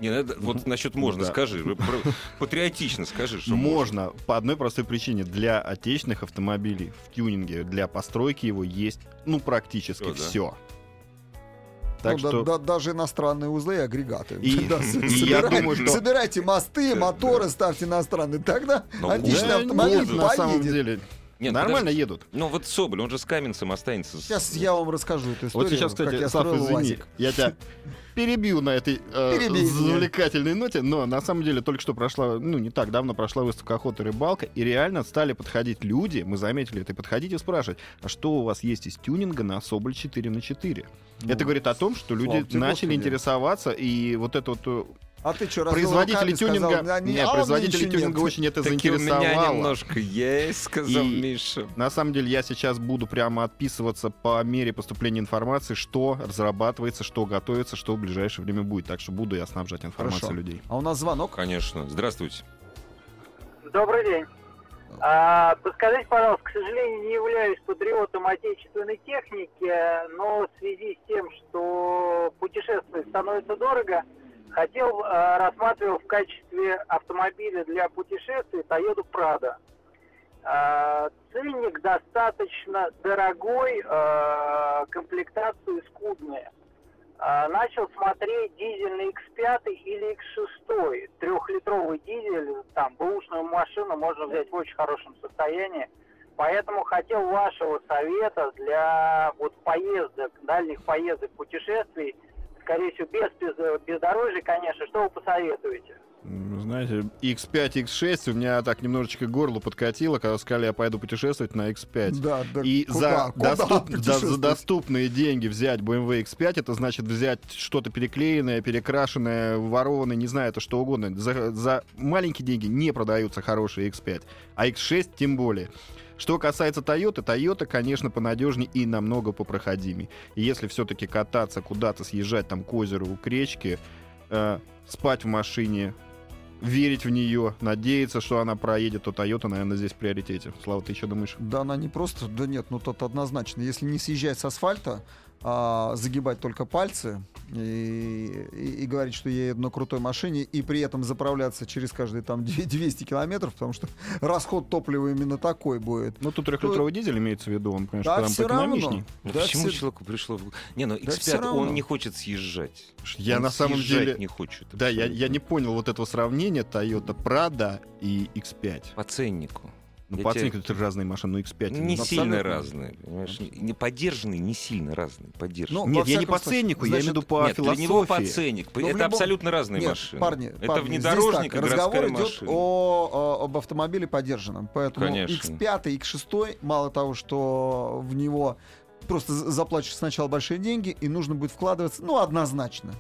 S1: Не, надо, вот насчет можно,
S3: Да.
S1: скажи. про- Патриотично скажи, что
S3: Можно. По одной простой причине. Для отечественных автомобилей в тюнинге, для постройки его есть, ну, практически
S1: Всё, да.
S3: все.
S2: Ну,
S3: Так
S2: да-
S3: что...
S2: да- даже иностранные узлы и агрегаты.
S3: И-
S2: Да,
S3: и
S2: с-
S3: я
S2: собирай-
S3: думаю, что-
S2: Собирайте мосты,
S1: Да,
S2: моторы, ставьте иностранные. Тогда
S1: Ну,
S2: античный
S3: Да,
S2: автомобиль
S3: нет, на самом
S2: поедет.
S3: деле.
S1: Нет,
S3: Нормально
S1: подожди.
S3: едут.
S1: Ну вот Соболь, он же с Каменцем останется. с-
S2: Сейчас я вам расскажу эту историю.
S3: Вот сейчас,
S2: как
S3: кстати,
S2: я
S3: Слав,
S2: строил
S3: извини,
S2: УАЗик.
S3: я тебя перебью на этой э,
S2: Перебей меня.
S3: завлекательной ноте, но на самом деле только что прошла, ну не так давно прошла выставка охота и рыбалка, и реально стали подходить люди, мы заметили это, и подходить и спрашивать, а что у вас есть из тюнинга на Соболь 4 на 4?
S2: Ну,
S3: это говорит о том, что люди
S2: слава тебе,
S3: начали
S2: Господи.
S3: интересоваться, и вот это вот э,
S2: А ты что,
S3: производители тюнинга,
S2: а
S3: не, производители тюнинга очень это
S1: Таки у меня
S3: заинтересовало.
S1: немножко есть, сказал
S3: И-
S1: Миша. Ну,
S3: На самом деле я сейчас буду прямо отписываться по мере поступления информации, что разрабатывается, что готовится, что в ближайшее время будет. Так что буду я снабжать информацией
S2: Хорошо.
S3: людей.
S2: А у нас звонок.
S1: Конечно. Здравствуйте.
S6: Добрый день. А, подскажите, пожалуйста, к сожалению, не являюсь патриотом отечественной техники, но в связи с тем, что путешествовать становится дорого, хотел, а, рассматривал в качестве автомобиля для путешествий Toyota Prado. А, ценник достаточно дорогой, а, комплектации скудные. А, начал смотреть дизельный X5 или X6, трехлитровый дизель, там, бэушную машину можно взять в очень хорошем состоянии. Поэтому хотел вашего совета для вот поездок, дальних поездок, путешествий, скорее всего, без без- бездорожья, конечно, что вы посоветуете?
S3: М, Знаете, X5, X6 у меня так немножечко горло подкатило, когда сказали, я пойду путешествовать на X5.
S2: Да, да.
S3: И
S2: куда?
S3: за,
S2: Куда
S3: доступ- да, за
S2: путешествовать?
S3: доступные деньги взять BMW X5, это значит взять что-то переклеенное, перекрашенное, ворованное, не знаю, это что угодно. За, за маленькие деньги не продаются хорошие X5, а X6 тем более. Что касается Toyota, Toyota, конечно, понадежнее и намного попроходимее. И если все-таки кататься куда-то, съезжать там к озеру, к речке, э, спать в машине, верить в нее, надеяться, что она проедет, то Toyota, наверное, здесь в приоритете. Слава, ты еще думаешь?
S2: Да она не просто, да нет, ну тут однозначно. Если не съезжать с асфальта, а загибать только пальцы и, и- и говорить, что я еду на крутой машине, и при этом заправляться через каждые там 200 километров, потому что расход топлива именно такой будет.
S3: Ну, тут трехлитровый дизель имеется в виду, он, конечно,
S2: Да,
S3: там
S2: все равно.
S3: поэкономичней.
S1: Ну,
S2: Да,
S1: почему
S2: всё-
S1: человеку пришло... в- Не, ну X5,
S2: всё равно.
S1: он не хочет съезжать.
S3: Я
S1: Он
S3: на самом
S1: съезжать
S3: деле...
S1: не хочет.
S3: Да, я, я
S1: абсолютно.
S3: не понял вот этого сравнения Toyota Prado и X5.
S1: По ценнику.
S3: Ну,
S1: Я
S3: по
S1: тебе-
S3: оценке это разные машины, но X5...
S1: не
S3: ну,
S1: сильно
S3: абсолютно-
S1: разные, понимаешь? Не- Не поддержанные, не сильно разные. Поддержанные.
S2: Ну,
S3: Нет,
S2: Во
S3: я не
S2: всяком
S3: по
S2: случае,
S3: ценнику, я
S2: значит,
S3: имею в виду по
S1: Нет, для
S3: философии.
S1: него по ценнику.
S2: Ну, в
S1: это
S2: любом-
S1: абсолютно разные машины.
S2: парни,
S1: это
S2: парни, здесь
S1: внедорожник
S2: так,
S1: и городская
S2: разговор идет
S1: машина.
S2: о, о- об автомобиле подержанном. Поэтому
S1: Конечно.
S2: X5, X6, мало того, что в него просто за- заплачешь сначала большие деньги, и нужно будет вкладываться, ну, однозначно.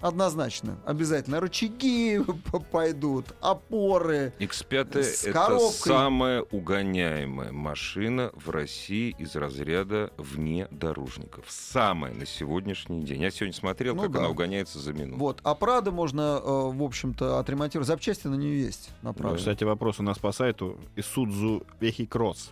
S2: Однозначно. Обязательно рычаги п- пойдут, опоры.
S1: X5
S2: С
S1: это
S2: коробкой.
S1: самая угоняемая машина в России из разряда внедорожников. Самая на сегодняшний день. Я сегодня смотрел,
S2: Ну
S1: как
S2: да.
S1: она угоняется за минуту.
S2: Вот. А Прада можно, э, в общем-то, отремонтировать. Запчасти на нее есть, на
S3: Ну,
S2: Прадо.
S3: Кстати, вопрос у нас по сайту. Isuzu Vehi-Cross.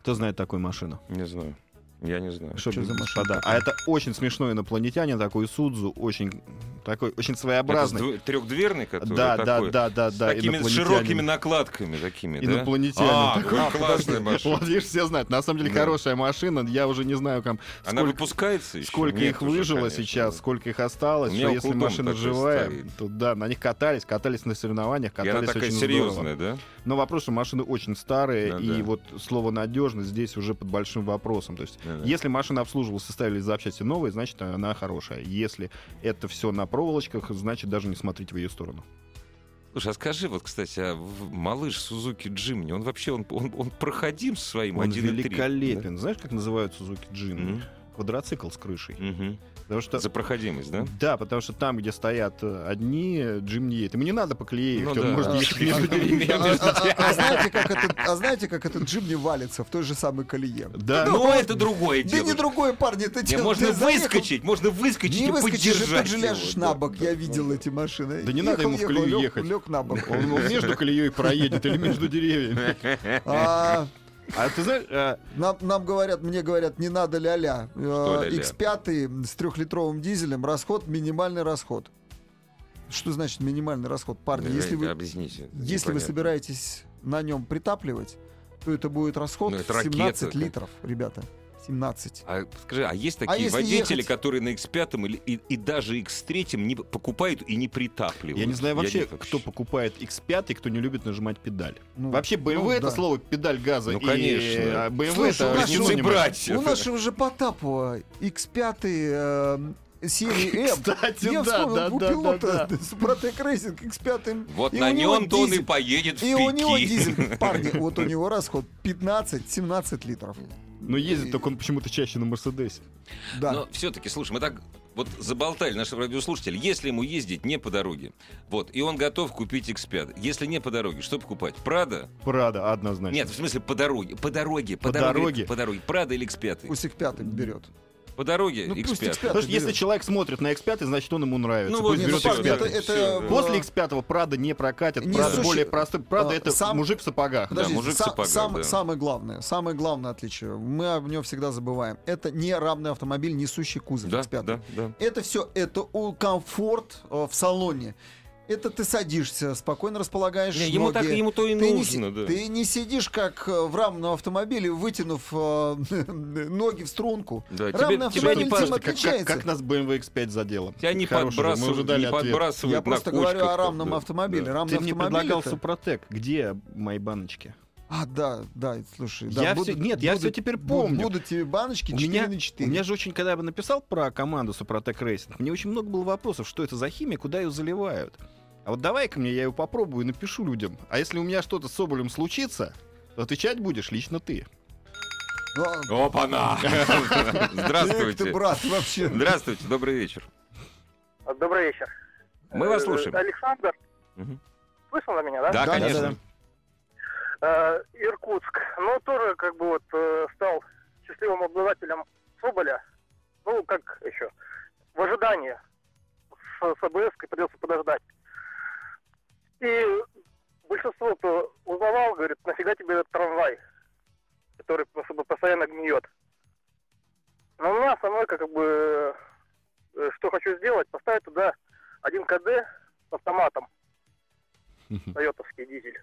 S3: Кто знает такую машину?
S1: Не знаю. Я не знаю.
S3: Чтоб,
S2: за машина
S3: господа, А это очень смешной инопланетянин, такой Исудзу, очень такой, очень своеобразный.
S1: трехдверный, который
S3: Да, да,
S1: такой.
S3: да, да,
S1: с
S3: да.
S1: такими
S3: инопланетянин.
S1: широкими накладками такими, да?
S3: Инопланетянин
S1: А,
S3: такой.
S1: какая классная машина.
S3: Вот, видишь, все знают. На самом деле
S1: Да.
S3: хорошая машина. Я уже не знаю, там,
S1: Она
S3: сколько,
S1: выпускается еще?
S3: сколько
S1: Нет
S3: их
S1: уже,
S3: выжило
S1: конечно.
S3: сейчас, сколько их осталось.
S1: У меня
S3: что
S1: около
S3: если
S1: дома
S3: машина
S1: такая
S3: живая,
S1: стоит.
S3: то да, на них катались, катались на соревнованиях,
S1: И
S3: катались
S1: она такая
S3: очень здорово.
S1: серьезная, да?
S3: Но вопрос, что машины очень старые,
S1: Да,
S3: и
S1: да.
S3: вот слово «надежность» здесь уже под большим вопросом. То есть
S1: Да. да.
S3: Если машина обслуживалась, составили запчасти новые, значит, она хорошая. Если это все на проволочках, значит, даже не смотрите в ее сторону.
S1: Слушай, а скажи, вот, кстати, а в- малыш Сузуки Джимни, он вообще, он, он, он проходим со своим
S3: Он
S1: 1.3?
S3: великолепен. Знаешь, как называют Сузуки Джин?
S1: Мгм.
S3: Квадроцикл с крышей.
S1: Мгм.
S3: Потому что
S1: За проходимость, да?
S3: Да, потому что там, где стоят э, одни, э, Джим не едет. Ему не надо поклеить,
S1: Ну
S3: он
S1: да.
S3: может
S1: А,
S3: ехать
S1: а,
S3: между
S1: а,
S3: деревьями.
S2: А, а- а- а знаете, как этот, а знаете, как этот джип не валится в той же самой колее?
S3: Да,
S1: Ну, это другое
S2: Да
S1: дело.
S2: не другое, парни, ты
S1: Не,
S2: чё,
S1: можно
S2: ты заехал-
S1: выскочить, можно выскочить
S2: Не
S1: и
S2: выскочишь, и
S1: поддержать
S2: тут же ляжешь
S1: его,
S2: на
S1: да.
S2: бок. Я видел эти машины.
S3: Да не надо ему в колею
S2: лёг-
S3: ехать.
S2: лёг на бок.
S3: он он между колеей проедет или между деревьями.
S2: А,
S3: А ты знаешь, э,
S2: Нам, нам говорят, мне говорят, не надо ля-ля. Э,
S1: ля-ля?
S2: X5 с трехлитровым дизелем, расход, минимальный расход. Что значит минимальный расход, парни?
S1: Давай,
S2: если вы,
S1: Объясните.
S2: если вы
S1: Непонятно.
S2: собираетесь на нем притапливать, то это будет расход
S1: Ну, это
S2: в 17
S1: ракета,
S2: литров, ребята. 17.
S1: А скажи, а есть такие
S2: если
S1: водители,
S2: ехать?
S1: которые на X5 или, и, и даже X3 не покупают и не притапливают?
S3: я не знаю вообще,
S1: нет
S3: кто покупает X5 и кто не любит нажимать педаль.
S2: Ну,
S3: Вообще, BMW
S2: ну,
S3: это
S2: да.
S3: слово педаль газа.
S1: Ну,
S3: и,
S1: конечно.
S3: э, BMW
S2: Слушай, у
S3: это
S2: нас
S1: Придется
S3: синоним.
S1: брать.
S2: У нашего же Потапова X5 э, серии M.
S3: Кстати,
S2: Я
S3: да,
S2: вспомнил,
S3: да,
S2: у
S3: да,
S2: пилота
S3: да, да.
S2: э, Супротек Рейсинг X5.
S1: Вот
S2: и
S1: на
S2: у него
S1: нем-то он и
S2: дизель.
S1: поедет в
S2: И у него
S1: пики.
S2: дизель, парни, вот у него расход 15-17 литров.
S3: Но ездит только он почему-то чаще на Мерседесе.
S2: Да.
S1: Но все-таки, слушай, мы так вот заболтали нашего радиослушателя. Если ему ездить не по дороге, вот, и он готов купить X5. Если не по дороге, что покупать? Прада?
S3: Прада, однозначно.
S1: Нет, в смысле по дороге. По дороге. По,
S3: По дороге.
S1: По дороге. Прада или X5?
S2: Пусть их пятым берет.
S1: По дороге
S2: Ну, пусть
S1: X5.
S2: X5.
S3: Потому что если
S2: берет.
S3: человек смотрит на X5, значит, он ему нравится.
S1: Ну,
S3: Пусть
S1: вот,
S2: Не,
S1: берет
S2: ну, парни,
S1: X5.
S2: это, это,
S1: Всё, да.
S2: э,
S3: После X5 Прада не прокатит.
S2: Не,
S3: Прада
S2: слушай,
S3: более простой. Прада
S2: а,
S3: это
S2: сам-
S3: мужик в сапогах.
S2: Подожди,
S1: Да, мужик в
S2: са-
S1: сапогах,
S2: сам-
S1: да.
S2: самое главное, самое главное отличие, мы об нем всегда забываем, это не равный автомобиль, несущий кузов
S1: Да,
S2: X5.
S1: да, да.
S2: Это все, это у- комфорт э, в салоне. Это ты садишься, спокойно располагаешь
S1: Не, ему,
S2: ноги.
S1: так, ему то и
S2: Ты не
S1: нужно,
S2: си-
S1: да.
S2: ты не сидишь как э, в рамном автомобиле, вытянув э, ноги в струнку.
S1: Да, тебе- тебе
S2: Рамный
S1: не
S2: автомобиль
S1: пар-
S2: тем
S3: Слушайте, как, как,
S2: отличается.
S3: как нас BMW X5 задело?
S1: Тебя не
S3: Хороший же, мы
S1: подбрасывают,
S3: уже дали
S1: не
S3: ответ.
S1: подбрасывают
S2: Я
S1: на
S2: просто говорю
S1: кочках,
S2: о рамном
S1: да,
S2: автомобиле.
S1: да.
S2: Рамный
S3: Ты мне
S2: автомобиль
S3: предлагал
S2: это-
S3: Супротек. Где мои баночки?
S2: А, да, да, слушай. да,
S3: Я
S2: буду-
S3: всё- нет, я
S2: буду-
S3: всё теперь
S2: буду-
S3: помню.
S2: Будут тебе баночки 4 на 4.
S3: у меня же очень, когда я бы написал про команду Супротек Рейсинг, мне очень много было вопросов, что это за химия, куда ее заливают. А вот давай-ка мне, я ее попробую и напишу людям. А если у меня что-то с Соболем случится, то отвечать будешь лично ты.
S2: Ну, а
S1: Опа-на!
S2: Эх ты,
S1: Здравствуйте.
S2: брат, вообще.
S1: Здравствуйте, добрый вечер.
S6: Добрый вечер.
S1: Мы вас
S6: Э,
S1: слушаем.
S6: Александр,
S1: Мгм.
S6: слышал на меня, да?
S1: Да,
S2: да,
S1: конечно.
S2: да.
S6: Э, Иркутск. Ну, тоже как бы вот э, стал счастливым обладателем Соболя. Ну, как еще? В ожидании. С, с АБС -кой придется подождать. И большинство, кто узнавал, говорит, нафига тебе этот трамвай, который ну, чтобы постоянно гниет. Но у меня основное, как бы, э, что хочу сделать, поставить туда один КД с автоматом, тойотовский дизель.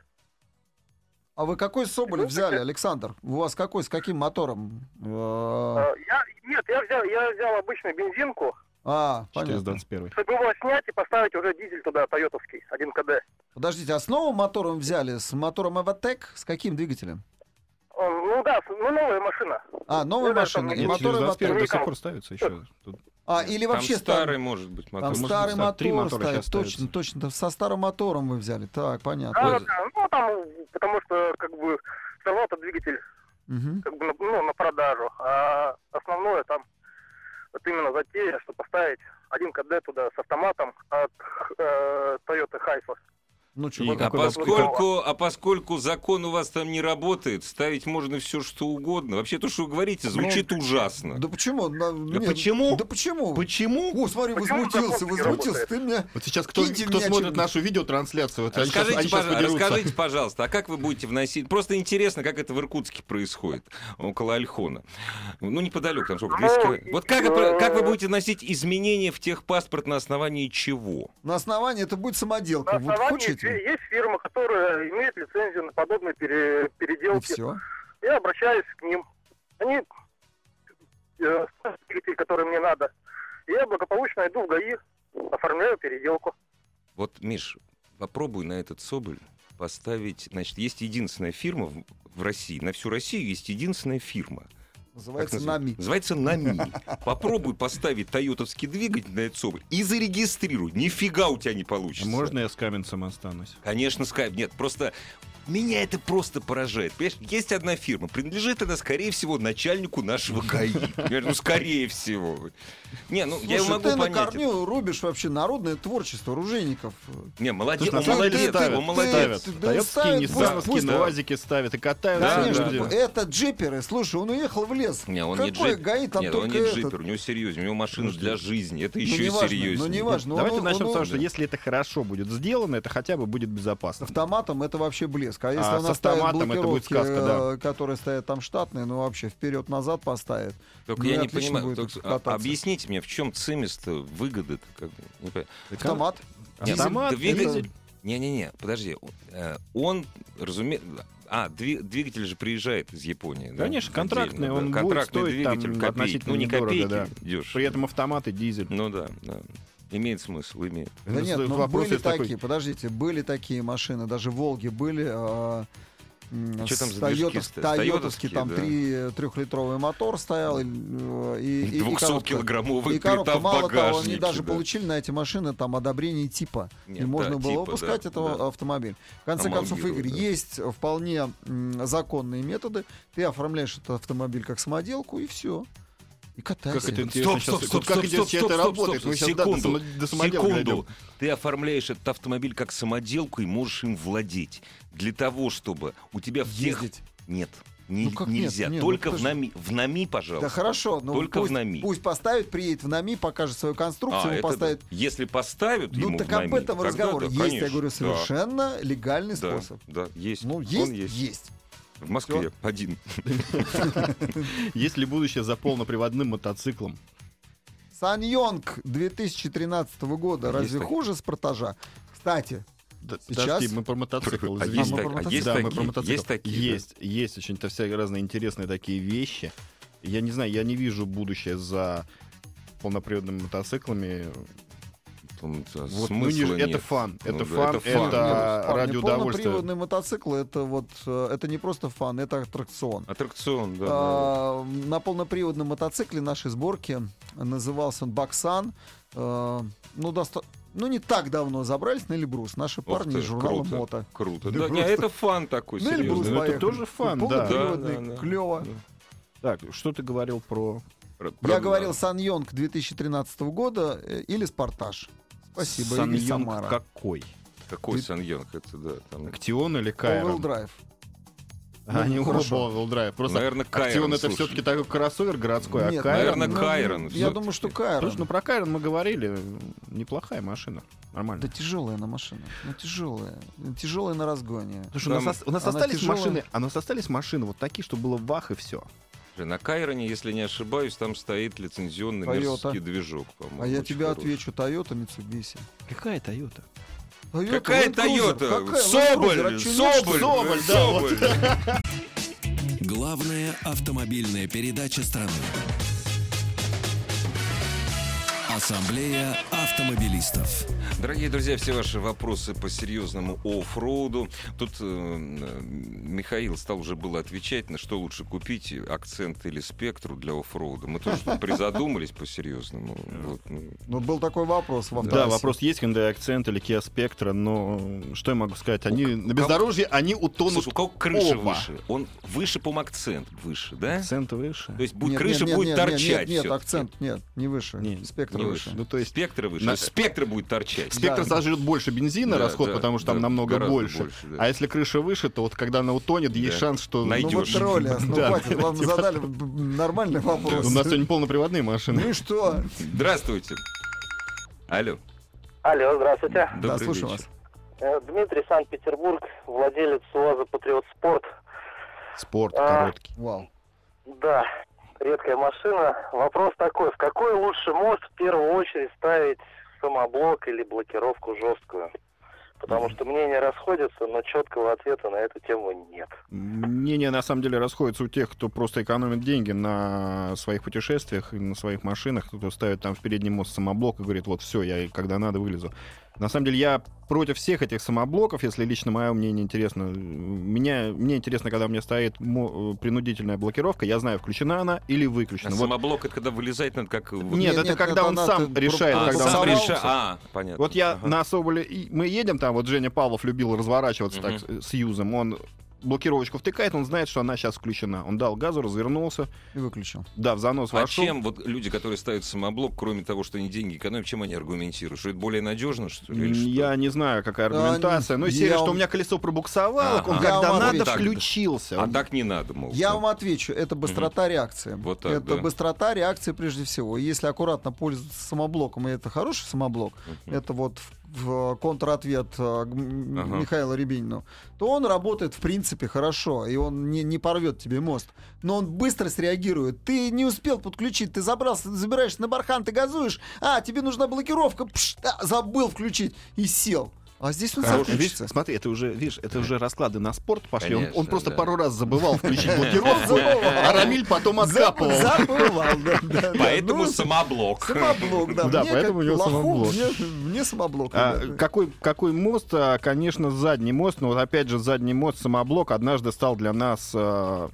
S2: А вы какой Соболь взяли, Александр? У вас какой, с каким мотором? Э,
S6: Э, Я, нет, я взял, я взял обычную бензинку,
S2: А, понятно.
S3: 421.
S6: забыл снять и поставить уже дизель туда, тойотовский, 1 КД.
S2: Подождите, а с новым мотором взяли? С мотором Эвотек? С каким двигателем?
S6: Он, ну да, с- ну новая машина.
S2: А, новая
S6: Ну, да,
S2: машина.
S6: там
S2: И
S6: и
S2: мотор Эвотек.
S6: 421.
S3: до сих пор ставится еще.
S2: А, или
S1: Там
S2: вообще
S1: старый,
S2: старый.
S1: может быть,
S2: Там
S1: мотор.
S3: Может,
S2: старый
S3: там три
S2: мотор
S3: мотора
S2: ставят.
S3: сейчас
S2: Точно,
S3: ставятся.
S2: точно. Со старым мотором вы взяли. Так, понятно.
S6: Да,
S1: вот.
S6: да, ну там, потому что как бы сорвал-то двигатель
S2: Мгм.
S6: как бы, на- ну, на продажу, а основное там вот именно затея, что поставить 1 КД туда с автоматом от э, Toyota Хайфа.
S2: Ну,
S3: И
S2: чувак,
S1: А
S3: какой вопрос?
S1: поскольку, а поскольку закон у вас там не работает, ставить можно все что угодно. Вообще то, что вы говорите, звучит ужасно.
S2: Ну, Да почему?
S1: Да
S2: На- не,
S1: почему?
S2: Да почему?
S1: Почему?
S2: О, смотри,
S6: Почему
S2: возмутился,
S6: закон не
S2: возмутился. Ты меня...
S3: Вот сейчас кто,
S2: Киньте
S3: кто
S2: меня
S3: смотрит
S2: чем-нибудь.
S3: нашу видеотрансляцию,
S2: А
S3: вот они сейчас-
S1: Расскажите,
S3: они сейчас
S1: пожа-
S3: подерутся.
S1: расскажите, пожалуйста, а как вы будете вносить? Просто интересно, как это в Иркутске происходит, около Альхона. Ну, неподалеку, там сколько, 200
S6: Ну,
S1: километров. Вот как,
S6: э,
S1: как вы будете вносить изменения в техпаспорт на основании чего?
S2: На основании это будет самоделка.
S6: На
S2: Вот
S6: основании
S2: хочете?
S6: фи- есть фирма, которая имеет лицензию на подобные пере-
S2: И
S6: переделки.
S2: все.
S6: Я обращаюсь к ним. Они э, ставят двигатель, который мне надо. И я благополучно иду в ГАИ, оформляю переделку.
S1: Вот, Миш, попробуй на этот Соболь поставить... Значит, есть единственная фирма в, в России, на всю Россию есть единственная фирма,
S2: Называется
S1: Как
S2: «Нами».
S1: Называется «Нами». Попробуй поставить тойотовский двигатель на этот соболь и зарегистрируй. Нифига у тебя не получится.
S3: Можно я с каменцем останусь?
S1: Конечно, скайп. Нет, просто меня это просто поражает. Понимаешь, есть одна фирма. Принадлежит она, скорее всего, начальнику нашего ГАИ. Понимаешь, Ну, скорее всего. Не, ну, я
S2: Слушай,
S1: могу
S2: ты
S1: понять.
S2: на
S1: это.
S2: корню рубишь вообще народное творчество оружейников.
S1: Не, молодец,
S3: Слушай, на
S1: он
S3: самом
S1: молодец,
S3: деле ставят,
S1: он молодец.
S3: ставят.
S2: Ты- да
S3: Дают
S2: ставят,
S3: скини,
S2: пусть-
S3: ставят
S2: пусть-
S3: скины, уазики ставят и катаются.
S1: Да,
S2: Конечно,
S3: люди. Э,
S1: да.
S2: это джиперы. Слушай, он уехал в лес.
S1: Не, он не
S2: Какой
S1: джип.
S2: ГАИ, там
S1: Нет,
S2: только
S1: он не
S2: этот.
S1: джипер, у него серьезнее, у него машина для жизни, это
S2: Ну,
S1: еще
S2: неважно,
S1: серьезнее.
S2: ну, неважно.
S3: Давайте
S2: он-
S3: начнем
S2: он-
S3: с того, что
S1: да.
S3: если это хорошо будет сделано, это хотя бы будет
S2: С
S3: безопасно.
S2: автоматом это вообще блеск. А если
S3: А,
S2: он
S3: с
S2: оставит
S3: автоматом это будет
S2: блокировки,
S3: сказка, да.
S2: э, которые стоят там штатные, ну вообще вперед-назад поставит.
S1: Только
S2: Ну,
S1: я не
S2: отлично
S1: понимаю,
S2: будет
S1: только- а-
S2: кататься.
S1: объясните мне, в чем цимис-то, выгода-то? Как бы, не понимаю.
S2: Автомат.
S1: Дизель,
S3: а? Автомат,
S1: двигатель.
S3: это-
S1: Не-не-не, подожди. Э, Он, разумеется... А, дви- двигатель же приезжает из Японии. да,
S3: Конечно,
S1: отдельно,
S3: контрактный,
S1: да.
S3: он будет
S1: Контрактный
S3: стоить там
S1: двигатель, копейки.
S3: относительно
S1: Ну, не
S3: недорого,
S1: копейки,
S3: да.
S1: дешево.
S3: При этом автомат и дизель.
S1: Ну да, да. Имеет смысл, имеет.
S2: Да нет,
S3: Ну,
S2: ну
S3: вопрос
S2: были
S3: есть такой.
S2: такие, подождите, были такие машины, даже Волги были. а, м,
S1: Чё там
S2: с
S1: за
S2: тойотов-
S1: движки-то?
S2: Тойотовский, там
S1: Тойотовские,
S2: три трехлитровый мотор стоял и, э, и, и- и
S1: 200-килограммовый
S2: И коробка,
S1: плита в
S2: мало того, они
S1: багажнике.
S2: даже
S1: да.
S2: получили на эти машины там одобрение типа.
S1: Нет,
S2: и можно
S1: да,
S2: было
S1: типа,
S2: выпускать
S1: да,
S2: этого
S1: да.
S2: автомобиля. В конце концов, Игорь,
S1: Амалгировать, да.
S2: есть вполне м, законные методы. Ты оформляешь этот автомобиль как самоделку, и все. И катайся.
S3: Как это интересно
S1: Стоп, стоп,
S3: сейчас-
S1: стоп,
S3: как
S1: стоп,
S3: интересно
S1: стоп,
S3: сейчас это
S1: стоп, стоп,
S3: работает.
S1: стоп,
S3: Мы сейчас, да,
S1: секунду,
S3: до само- до самодела
S1: секунду.
S3: дойдем.
S1: Ты оформляешь этот автомобиль как самоделку и можешь им владеть. Для того, чтобы у тебя в тех...
S2: Ездить.
S1: Нет, не-
S2: Ну как нет?
S1: нельзя.
S2: Не, ну
S1: Только в
S2: подожди.
S1: НАМИ. В НАМИ, пожалуйста.
S2: Да хорошо, но
S1: Только
S2: пусть,
S1: в НАМИ.
S2: пусть поставит, приедет в НАМИ, покажет свою
S1: А,
S2: конструкцию, ему
S1: это
S2: поставит.
S1: да. Если поставят
S2: Ну
S1: ему
S2: так
S1: в
S2: об
S1: ноги,
S2: этом
S1: тогда
S2: разговор
S1: да,
S2: есть,
S1: конечно,
S2: я говорю,
S1: да,
S2: совершенно легальный
S1: Да,
S2: способ.
S1: да, есть.
S2: Ну,
S1: Он
S2: есть,
S1: есть.
S2: есть.
S1: В Москве один.
S3: Есть ли будущее за полноприводным мотоциклом?
S2: Сан Йонг 2013 года,
S1: Есть
S2: разве
S1: такие.
S2: хуже Спартажа? Кстати,
S3: Да,
S2: Сейчас?
S3: Подожди, мы про мотоцикл.
S1: А
S3: извини.
S1: есть
S2: мы
S1: так-
S2: про
S1: а
S2: мотоцикл?
S1: есть
S3: да, мы
S1: такие?
S3: про мотоцикл.
S1: Есть такие? да.
S3: Есть, есть очень-то всякие разные интересные такие вещи. Я не знаю, я не вижу будущее за полноприводными мотоциклами.
S1: Там, да,
S3: Вот, ну, не
S1: э, смысла
S3: ж- это
S1: нет.
S3: фан,
S1: Ну да,
S3: это фан,
S1: это
S3: это,
S1: фан.
S2: парни,
S3: радиоудовольствие.
S2: полноприводный мотоцикл это вот э, это не просто фан, это аттракцион.
S1: Аттракцион, да. да.
S2: А, На полноприводном мотоцикле нашей сборки назывался он Баксан. Э, Ну, доста- ну, не так давно забрались на Эльбрус. Наши
S1: Ух
S2: парни
S1: ты,
S2: из журнала
S1: круто,
S2: Мото.
S1: ну, Круто.
S2: Да
S1: Да, не,
S2: просто-
S1: это фан такой
S2: На Эльбрус
S3: Ну, это
S1: серьезный.
S2: поехали.
S3: тоже фан, да. Ну,
S2: Полноприводный,
S1: Да, да, да.
S2: клёво.
S3: Так, что ты говорил про...
S1: Пр-
S2: Я
S1: правда,
S2: говорил Сан Йонг 2013 года э, или Спартаж. Спасибо,
S3: Сан
S2: или
S3: Йонг
S2: Самара.
S3: какой?
S1: Какой
S2: Ты-
S1: Сан Йонг? Это, да, там...
S3: Актион или
S2: All-wheel
S3: Кайрон?
S2: Drive.
S3: А,
S2: Ну,
S3: Они оба
S2: хорошо.
S3: all-wheel drive. Просто
S1: Наверное, Кайрон,
S3: Актион это
S1: слушай.
S3: все-таки такой кроссовер городской, а
S2: Нет,
S3: Кайрон...
S1: Наверное,
S2: ну,
S1: Кайрон
S2: Я
S1: всё-таки.
S2: думаю, что Кайрон.
S3: Слушай, ну про Кайрон мы говорили. Неплохая машина. Нормально.
S2: Да тяжелая она машина. Ну, тяжелая. Тяжелая на разгоне.
S3: Слушай, у нас,
S1: Там
S3: ос- у нас
S2: она
S3: остались
S2: тяжелая.
S3: машины, а у нас остались машины вот такие, что было вах и все.
S1: На Кайроне, если не ошибаюсь, там стоит лицензионный
S2: Toyota.
S1: мерзкий движок, по-моему.
S2: А я
S1: очень
S2: тебе
S1: хороший.
S2: отвечу, Toyota Mitsubishi.
S3: Какая Тойота?
S2: Toyota,
S1: Какая
S2: Land Cruiser,
S1: Тойота?
S2: какая Land Cruiser, а
S1: Соболь!
S2: чё,
S1: Соболь!
S3: Соболь, да, вот.
S1: Соболь!
S5: Главная автомобильная передача страны. Ассамблея автомобилистов.
S1: Дорогие друзья, все ваши вопросы по серьезному оффроуду. Тут э, м, Михаил стал уже было отвечать, на что лучше купить, э, акцент или спектру для оффроуда. Мы тоже тут призадумались по-серьезному. Вот, ну,
S2: Ну, был такой вопрос в
S3: Да,
S2: автоассе.
S3: вопрос есть Hyundai Accent или Kia Spectra, но э, что я могу сказать? Они
S1: У-
S3: на бездорожье, они утонут.
S1: Слушай, у кого крыша
S3: оба.
S1: выше? Он выше, по акцент выше, да?
S3: Акцент выше.
S1: То есть будет,
S2: Нет,
S1: крыша
S2: нет,
S1: будет
S2: нет, нет,
S1: торчать.
S2: Нет, нет,
S1: всё-таки.
S2: акцент, нет, не выше.
S3: Не,
S1: не
S2: спектр выше.
S1: выше.
S3: Ну, то есть
S1: Спектр выше.
S3: На-
S1: Спектр будет торчать.
S3: спектр
S2: Да.
S3: сожрет больше бензина
S1: Да,
S3: расход,
S1: да,
S3: потому что там
S1: да,
S3: намного
S1: гораздо
S3: больше.
S1: больше, да.
S3: А если крыша выше, то вот когда она утонет, есть
S1: Да.
S3: шанс, что...
S2: Ну,
S1: Найдёшь.
S2: вот тролли, а, ну,
S3: Да. типа,
S2: хватит, вам задали б- б- нормальный вопрос.
S3: У нас сегодня полноприводные машины.
S2: Ну и что?
S1: Здравствуйте. Алло.
S6: Алло, здравствуйте.
S2: Да,
S1: добрый
S2: слушаю
S1: вечер.
S2: вас.
S6: Э, Дмитрий, Санкт-Петербург, владелец УАЗа «Патриот Спорт».
S3: Спорт
S6: А.
S3: короткий.
S2: Вау.
S6: Да, редкая машина. Вопрос такой, в какой лучше мост в первую очередь ставить самоблок или блокировку жесткую? Потому что мнения расходятся, но четкого ответа на эту тему нет.
S3: Мнения, на самом деле, расходятся у тех, кто просто экономит деньги на своих путешествиях и на своих машинах, кто ставит там в передний мост самоблок и говорит, вот все, я когда надо вылезу. На самом деле я против всех этих самоблоков, если лично мое мнение интересно. Меня, мне интересно, когда у меня стоит мо- э, принудительная блокировка, я знаю, включена она или
S1: А
S3: выключена. Вот.
S1: самоблок это когда вылезает надо как... вот-
S3: Нет,
S2: Нет,
S3: это
S2: нет,
S3: когда
S2: это
S3: он
S2: она-
S3: сам
S2: ты
S3: решает,
S1: а,
S2: про-
S3: когда он
S1: сам
S2: сам
S1: реша-
S2: решает.
S1: А, понятно.
S3: Вот я
S1: Ага.
S3: на Соболе, и мы едем там, вот Женя Павлов любил разворачиваться
S1: Мгм.
S3: так с- с Юзом, он блокировочку втыкает, он знает, что она сейчас включена. Он дал газу, развернулся,
S2: И выключил.
S3: да, в занос
S1: А
S3: вошел.
S1: чем вот люди, которые ставят самоблок, кроме того, что они деньги экономят, чем они аргументируют? Что это более надежно, что ли?
S3: М,
S1: или что?
S3: Я не знаю, какая
S2: Да,
S3: аргументация. Ну,
S2: я
S3: серия, что у
S2: вам-
S3: меня колесо пробуксовало,
S1: Ага.
S3: он
S2: Я
S3: когда
S2: вам
S3: надо
S1: отвечу.
S3: включился.
S1: А так не надо, мол.
S2: Я
S1: да.
S2: вам отвечу, это быстрота реакции.
S1: Вот так,
S2: это
S1: да.
S2: быстрота реакции прежде всего. Если аккуратно пользоваться самоблоком, и это хороший самоблок,
S1: Мгм.
S2: это вот в, в контратвет э, к М-
S1: Ага.
S2: Михаилу Рябинину, то он работает в принципе хорошо, и он не, не порвет тебе мост. Но он быстро среагирует. Ты не успел подключить, ты забрался, ты забираешься на бархан, ты газуешь, а, тебе нужна блокировка, пш, а, забыл включить и сел. А здесь он
S3: Хорош.
S2: сам
S3: Видишь,
S2: включится.
S3: смотри, это уже, видишь, это уже расклады на спорт пошли. Он- он,
S1: Конечно,
S3: просто
S1: да.
S3: пару раз забывал включить блокировку,
S2: Забывал.
S3: а Рамиль потом откапывал.
S2: Забывал, да, да, да.
S1: Поэтому
S2: Ну,
S1: самоблок.
S2: Самоблок, да.
S3: Да,
S2: мне
S3: поэтому
S2: как
S3: у него
S2: лоху,
S3: самоблок.
S2: Мне, мне самоблок.
S3: А,
S2: ребята.
S3: какой, какой мост? А, Конечно, задний мост, но вот опять же задний мост, самоблок однажды стал для нас, а,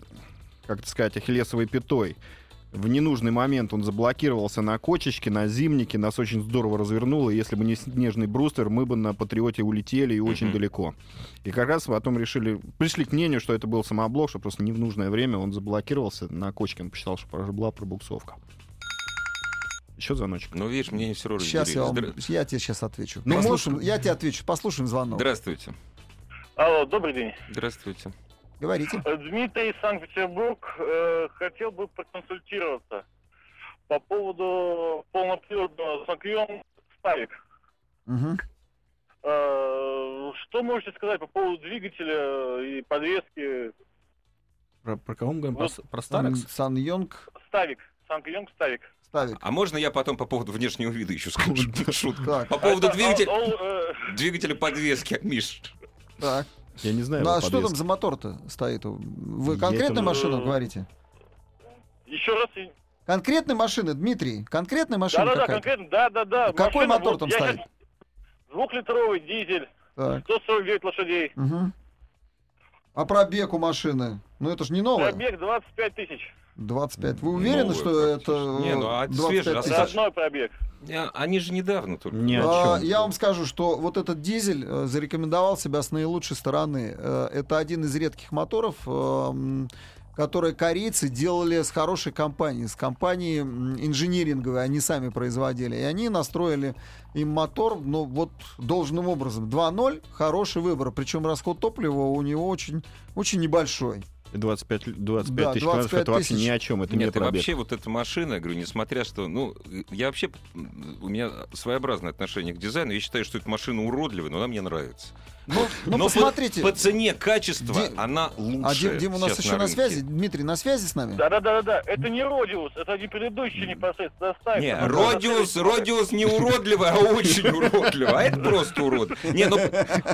S3: как это сказать, ахиллесовой пятой. В ненужный момент он заблокировался на кочечке, на зимнике, нас очень здорово развернуло, и если бы не снежный брустер, мы бы на Патриоте улетели и очень
S1: Мгм.
S3: далеко. И как раз потом решили, пришли к мнению, что это был самоблок, что просто не в нужное время он заблокировался на кочке, он посчитал, что была пробуксовка. Еще звоночек.
S1: Ну, видишь, мне не все равно.
S2: Сейчас я, вам,
S1: Здра-
S2: я тебе сейчас отвечу.
S3: Ну,
S2: Послушаем-
S3: может-
S2: Я тебе отвечу. Послушаем звонок.
S1: Здравствуйте.
S4: Алло, добрый день.
S1: Здравствуйте.
S2: Говорите.
S4: Э, Дмитрий, Санкт-Петербург. Э, Хотел бы проконсультироваться по поводу полноприводного Сакьон Старик.
S2: Мгм.
S4: Э, Что можете сказать по поводу двигателя и подвески
S7: Про, про кого мы говорим?
S4: Вот.
S7: Про, с- про
S2: Сан,
S7: Старекс?
S2: Сан Йонг
S4: Ставик? Санкьон Ставик.
S2: Ставик.
S1: А можно я потом по поводу внешнего вида еще скажу? Шутка.
S2: Так,
S1: По поводу
S4: Это
S1: двигателя...
S4: all- all, э,
S1: Двигателя подвески, Миш.
S2: так.
S3: Я не знаю.
S2: Ну, а
S3: его
S2: что
S3: подвески.
S2: там за мотор-то стоит? Вы
S3: Я
S2: конкретную
S3: там-
S2: машину говорите?
S4: Еще раз. и-
S2: Конкретной машины, Дмитрий? Конкретная машина
S4: Да-да-да,
S2: какая-то?
S4: конкретно, да-да-да.
S2: Какой
S4: Машина,
S2: мотор
S4: вот,
S2: там
S4: я
S2: стоит?
S4: щас- Двухлитровый дизель,
S2: Так.
S4: 149 лошадей.
S2: Мгм. А пробег у машины? Ну это же не новая.
S4: Пробег 25 тысяч.
S2: 25. Вы уверены,
S1: Новая
S2: что это
S1: практически. Не, ну, а это
S2: 25
S1: свежий, а
S2: тысяч?
S4: За одной пробег.
S1: А, Они же недавно только.
S3: Ни о
S2: А,
S3: чем.
S2: Я вам скажу, что вот этот дизель э, зарекомендовал себя с наилучшей стороны. Э, Это один из редких моторов, эм, которые корейцы делали с хорошей компанией, с компанией м, инжиниринговой, они сами производили. И они настроили им мотор, ну вот должным образом. 2.0, хороший выбор. Причем расход топлива у него очень, очень небольшой.
S3: 25, л- 25
S2: Да,
S3: тысяч километров
S2: 25
S3: это вообще
S2: тысяч.
S3: ни о чем, это не
S1: Нет, и
S3: пробег.
S1: вообще вот эта машина, я говорю, несмотря что, ну, я вообще, м, у меня своеобразное отношение к дизайну, я считаю, что эта машина уродливая, но она мне нравится.
S2: Ну, ну,
S1: но по-
S2: посмотрите.
S1: По, цене качества
S2: Ди-
S1: она
S2: А
S1: лучше.
S2: Дим, Дим у нас
S1: сейчас
S2: еще на,
S1: рынке.
S2: связи. Дмитрий на связи с нами?
S4: Да-да-да-да, это не Родиус, это не предыдущий непосредственно, оставь.
S1: Не,
S4: Надо
S1: Родиус,
S4: оставить.
S1: Родиус не уродливый, а очень уродливый. А это просто урод. Не, ну,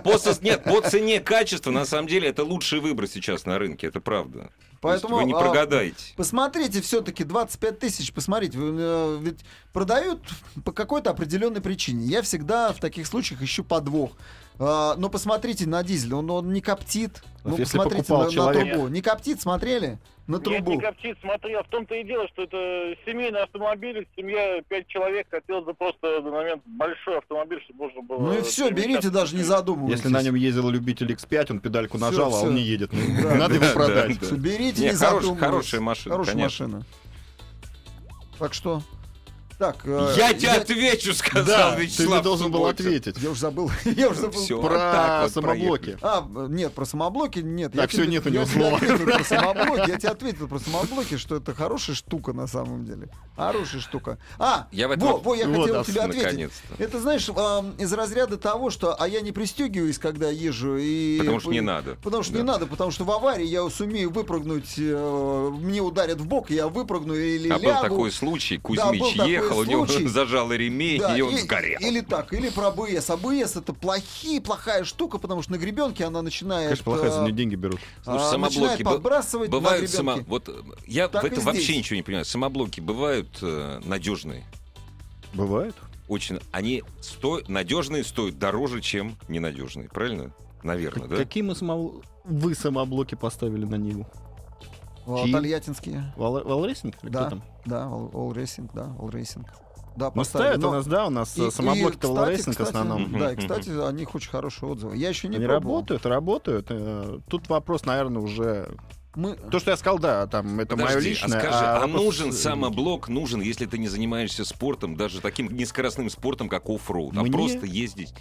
S1: по, со- нет, по цене качества, на самом деле, это лучший выбор сейчас на рынке, это правда. То есть
S2: Поэтому
S1: вы не
S2: а,
S1: прогадаете.
S2: Посмотрите, все-таки 25 тысяч, посмотрите, вы, э, ведь продают по какой-то определенной причине. Я всегда в таких случаях ищу подвох. А, но посмотрите на дизель, он, он не коптит.
S3: А
S2: Ну,
S3: если
S2: посмотрите
S3: покупал
S2: на, на
S3: человек?
S2: трубу. Не коптит, смотрели? На
S4: Нет,
S2: трубу.
S4: не коптит, смотрел. В том-то и дело, что это семейный автомобиль, семья пять человек, хотелось бы просто на момент большой автомобиль, чтобы можно было...
S6: э,
S2: Ну и все,
S4: перемещаться.
S2: берите, даже не задумывайтесь.
S3: Если на нем ездил любитель X5, он педальку
S2: Всё,
S3: нажал, а
S2: всё.
S3: он не едет. Ну,
S2: Да,
S3: Надо
S1: да,
S3: его продать.
S1: да, да.
S2: Берите,
S1: Не,
S2: не
S1: хорош-
S2: задумывайтесь.
S1: хорошая машина,
S2: Хорошая
S1: конечно.
S2: машина. Так что... Так, э,
S1: Я тебе отвечу, сказал
S3: Да, ты
S1: Вячеслав.
S3: мне должен был
S1: Субботин.
S3: ответить.
S2: Я уже забыл. Я уже забыл.
S1: Всё, вот так
S3: Про
S1: вот
S3: самоблоки.
S1: проехали.
S2: А, э, нет, про самоблоки нет.
S3: Так,
S2: тебе-
S3: всё, нет у него
S2: я тебе
S3: слова.
S2: ответил про самоблоки, я тебе ответил про самоблоки, что это хорошая штука на самом деле. Хорошая штука. А,
S1: Я в этом
S2: во, во, я
S3: вот
S2: хотел
S3: ос-
S2: тебе ответить.
S1: Наконец-то.
S2: Это, знаешь, а, из разряда того, что а я не пристегиваюсь, когда езжу, и...
S1: Потому что не надо.
S2: Потому что
S1: Да.
S2: не надо, потому что в аварии я сумею выпрыгнуть, э, мне ударят в бок, я выпрыгну или
S1: А был
S2: лягу.
S1: такой случай,
S2: Да, был
S1: Кузьмич
S2: такой
S1: ехал, у него
S2: случай.
S1: зажало ремень,
S2: Да,
S1: и он
S2: и-
S1: сгорел.
S2: Или так, или про АБС. АБС это плохие, плохая штука, потому что на гребенке она начинает...
S3: Конечно, плохая, за
S2: а,
S3: нее деньги берут.
S1: Слушай,
S2: а,
S1: самоблоки
S2: начинает
S1: б-
S2: подбрасывать на
S1: Бывают
S2: гребенке.
S1: само... Вот э, я
S2: Так
S1: в
S2: и
S1: этом
S2: здесь.
S1: вообще ничего не понимаю. Самоблоки бывают э, надежные.
S3: Бывает?
S1: очень... Они сто... надежные стоят дороже, чем ненадежные. Правильно? Наверное, Ну да?
S3: Какие мы самов- вы самоблоки поставили на Ниву?
S2: Вал-
S3: Чьи?
S2: Тольяттинские.
S3: Вал- Валрейсинг? Или
S2: Да.
S3: Кто там?
S2: Ну, а Да, All Racing, да, All Racing. Да,
S3: Ну,
S2: поставили,
S3: ставят
S2: но-
S3: у нас, да, у нас
S2: И-
S3: э,
S2: и,
S3: самоблоки-то
S2: кстати,
S3: Валрейсинг в
S2: кстати,
S3: основном.
S1: Мгм,
S2: Да, и,
S1: мгм.
S2: кстати, о них очень хорошие отзывы. Я еще не
S3: Они
S2: пробовал.
S3: работают, работают. Э, Тут вопрос, наверное, уже...
S2: Мы...
S3: То, что я сказал, да, там, это мое
S1: Подожди,
S3: личное.
S1: а скажи, а,
S3: вопрос-
S1: нужен самоблок, нужен, если ты не занимаешься спортом, даже таким нескоростным спортом, как оффроуд, а
S3: Мне-
S1: просто ездить.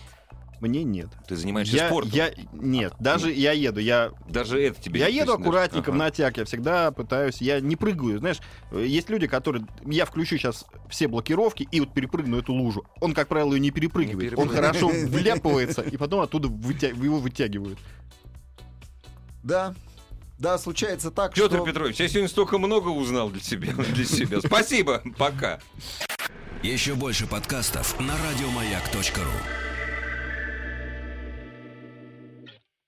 S3: Мне нет.
S1: Ты занимаешься
S3: Я,
S1: спортом. А, ну,
S3: я, нет, даже я еду, я
S1: Даже это тебе
S3: Я
S1: не
S3: еду
S1: приснилось.
S3: аккуратненько в
S1: Ага.
S3: натяг, я всегда пытаюсь, я не прыгаю, знаешь, э, есть люди, которые, я включу сейчас все блокировки и вот перепрыгну эту лужу. Он, как правило, ее не
S1: Не
S3: перепрыгивает, он
S1: перепрыгивает.
S3: хорошо вляпывается, и потом оттуда вытя- его вытягивают.
S2: Да, да, случается так,
S1: Петр
S2: что...
S1: Петрович, я сегодня столько много узнал для тебя. Для себя. Спасибо, пока.
S5: Еще больше подкастов на радиомаяк.ру.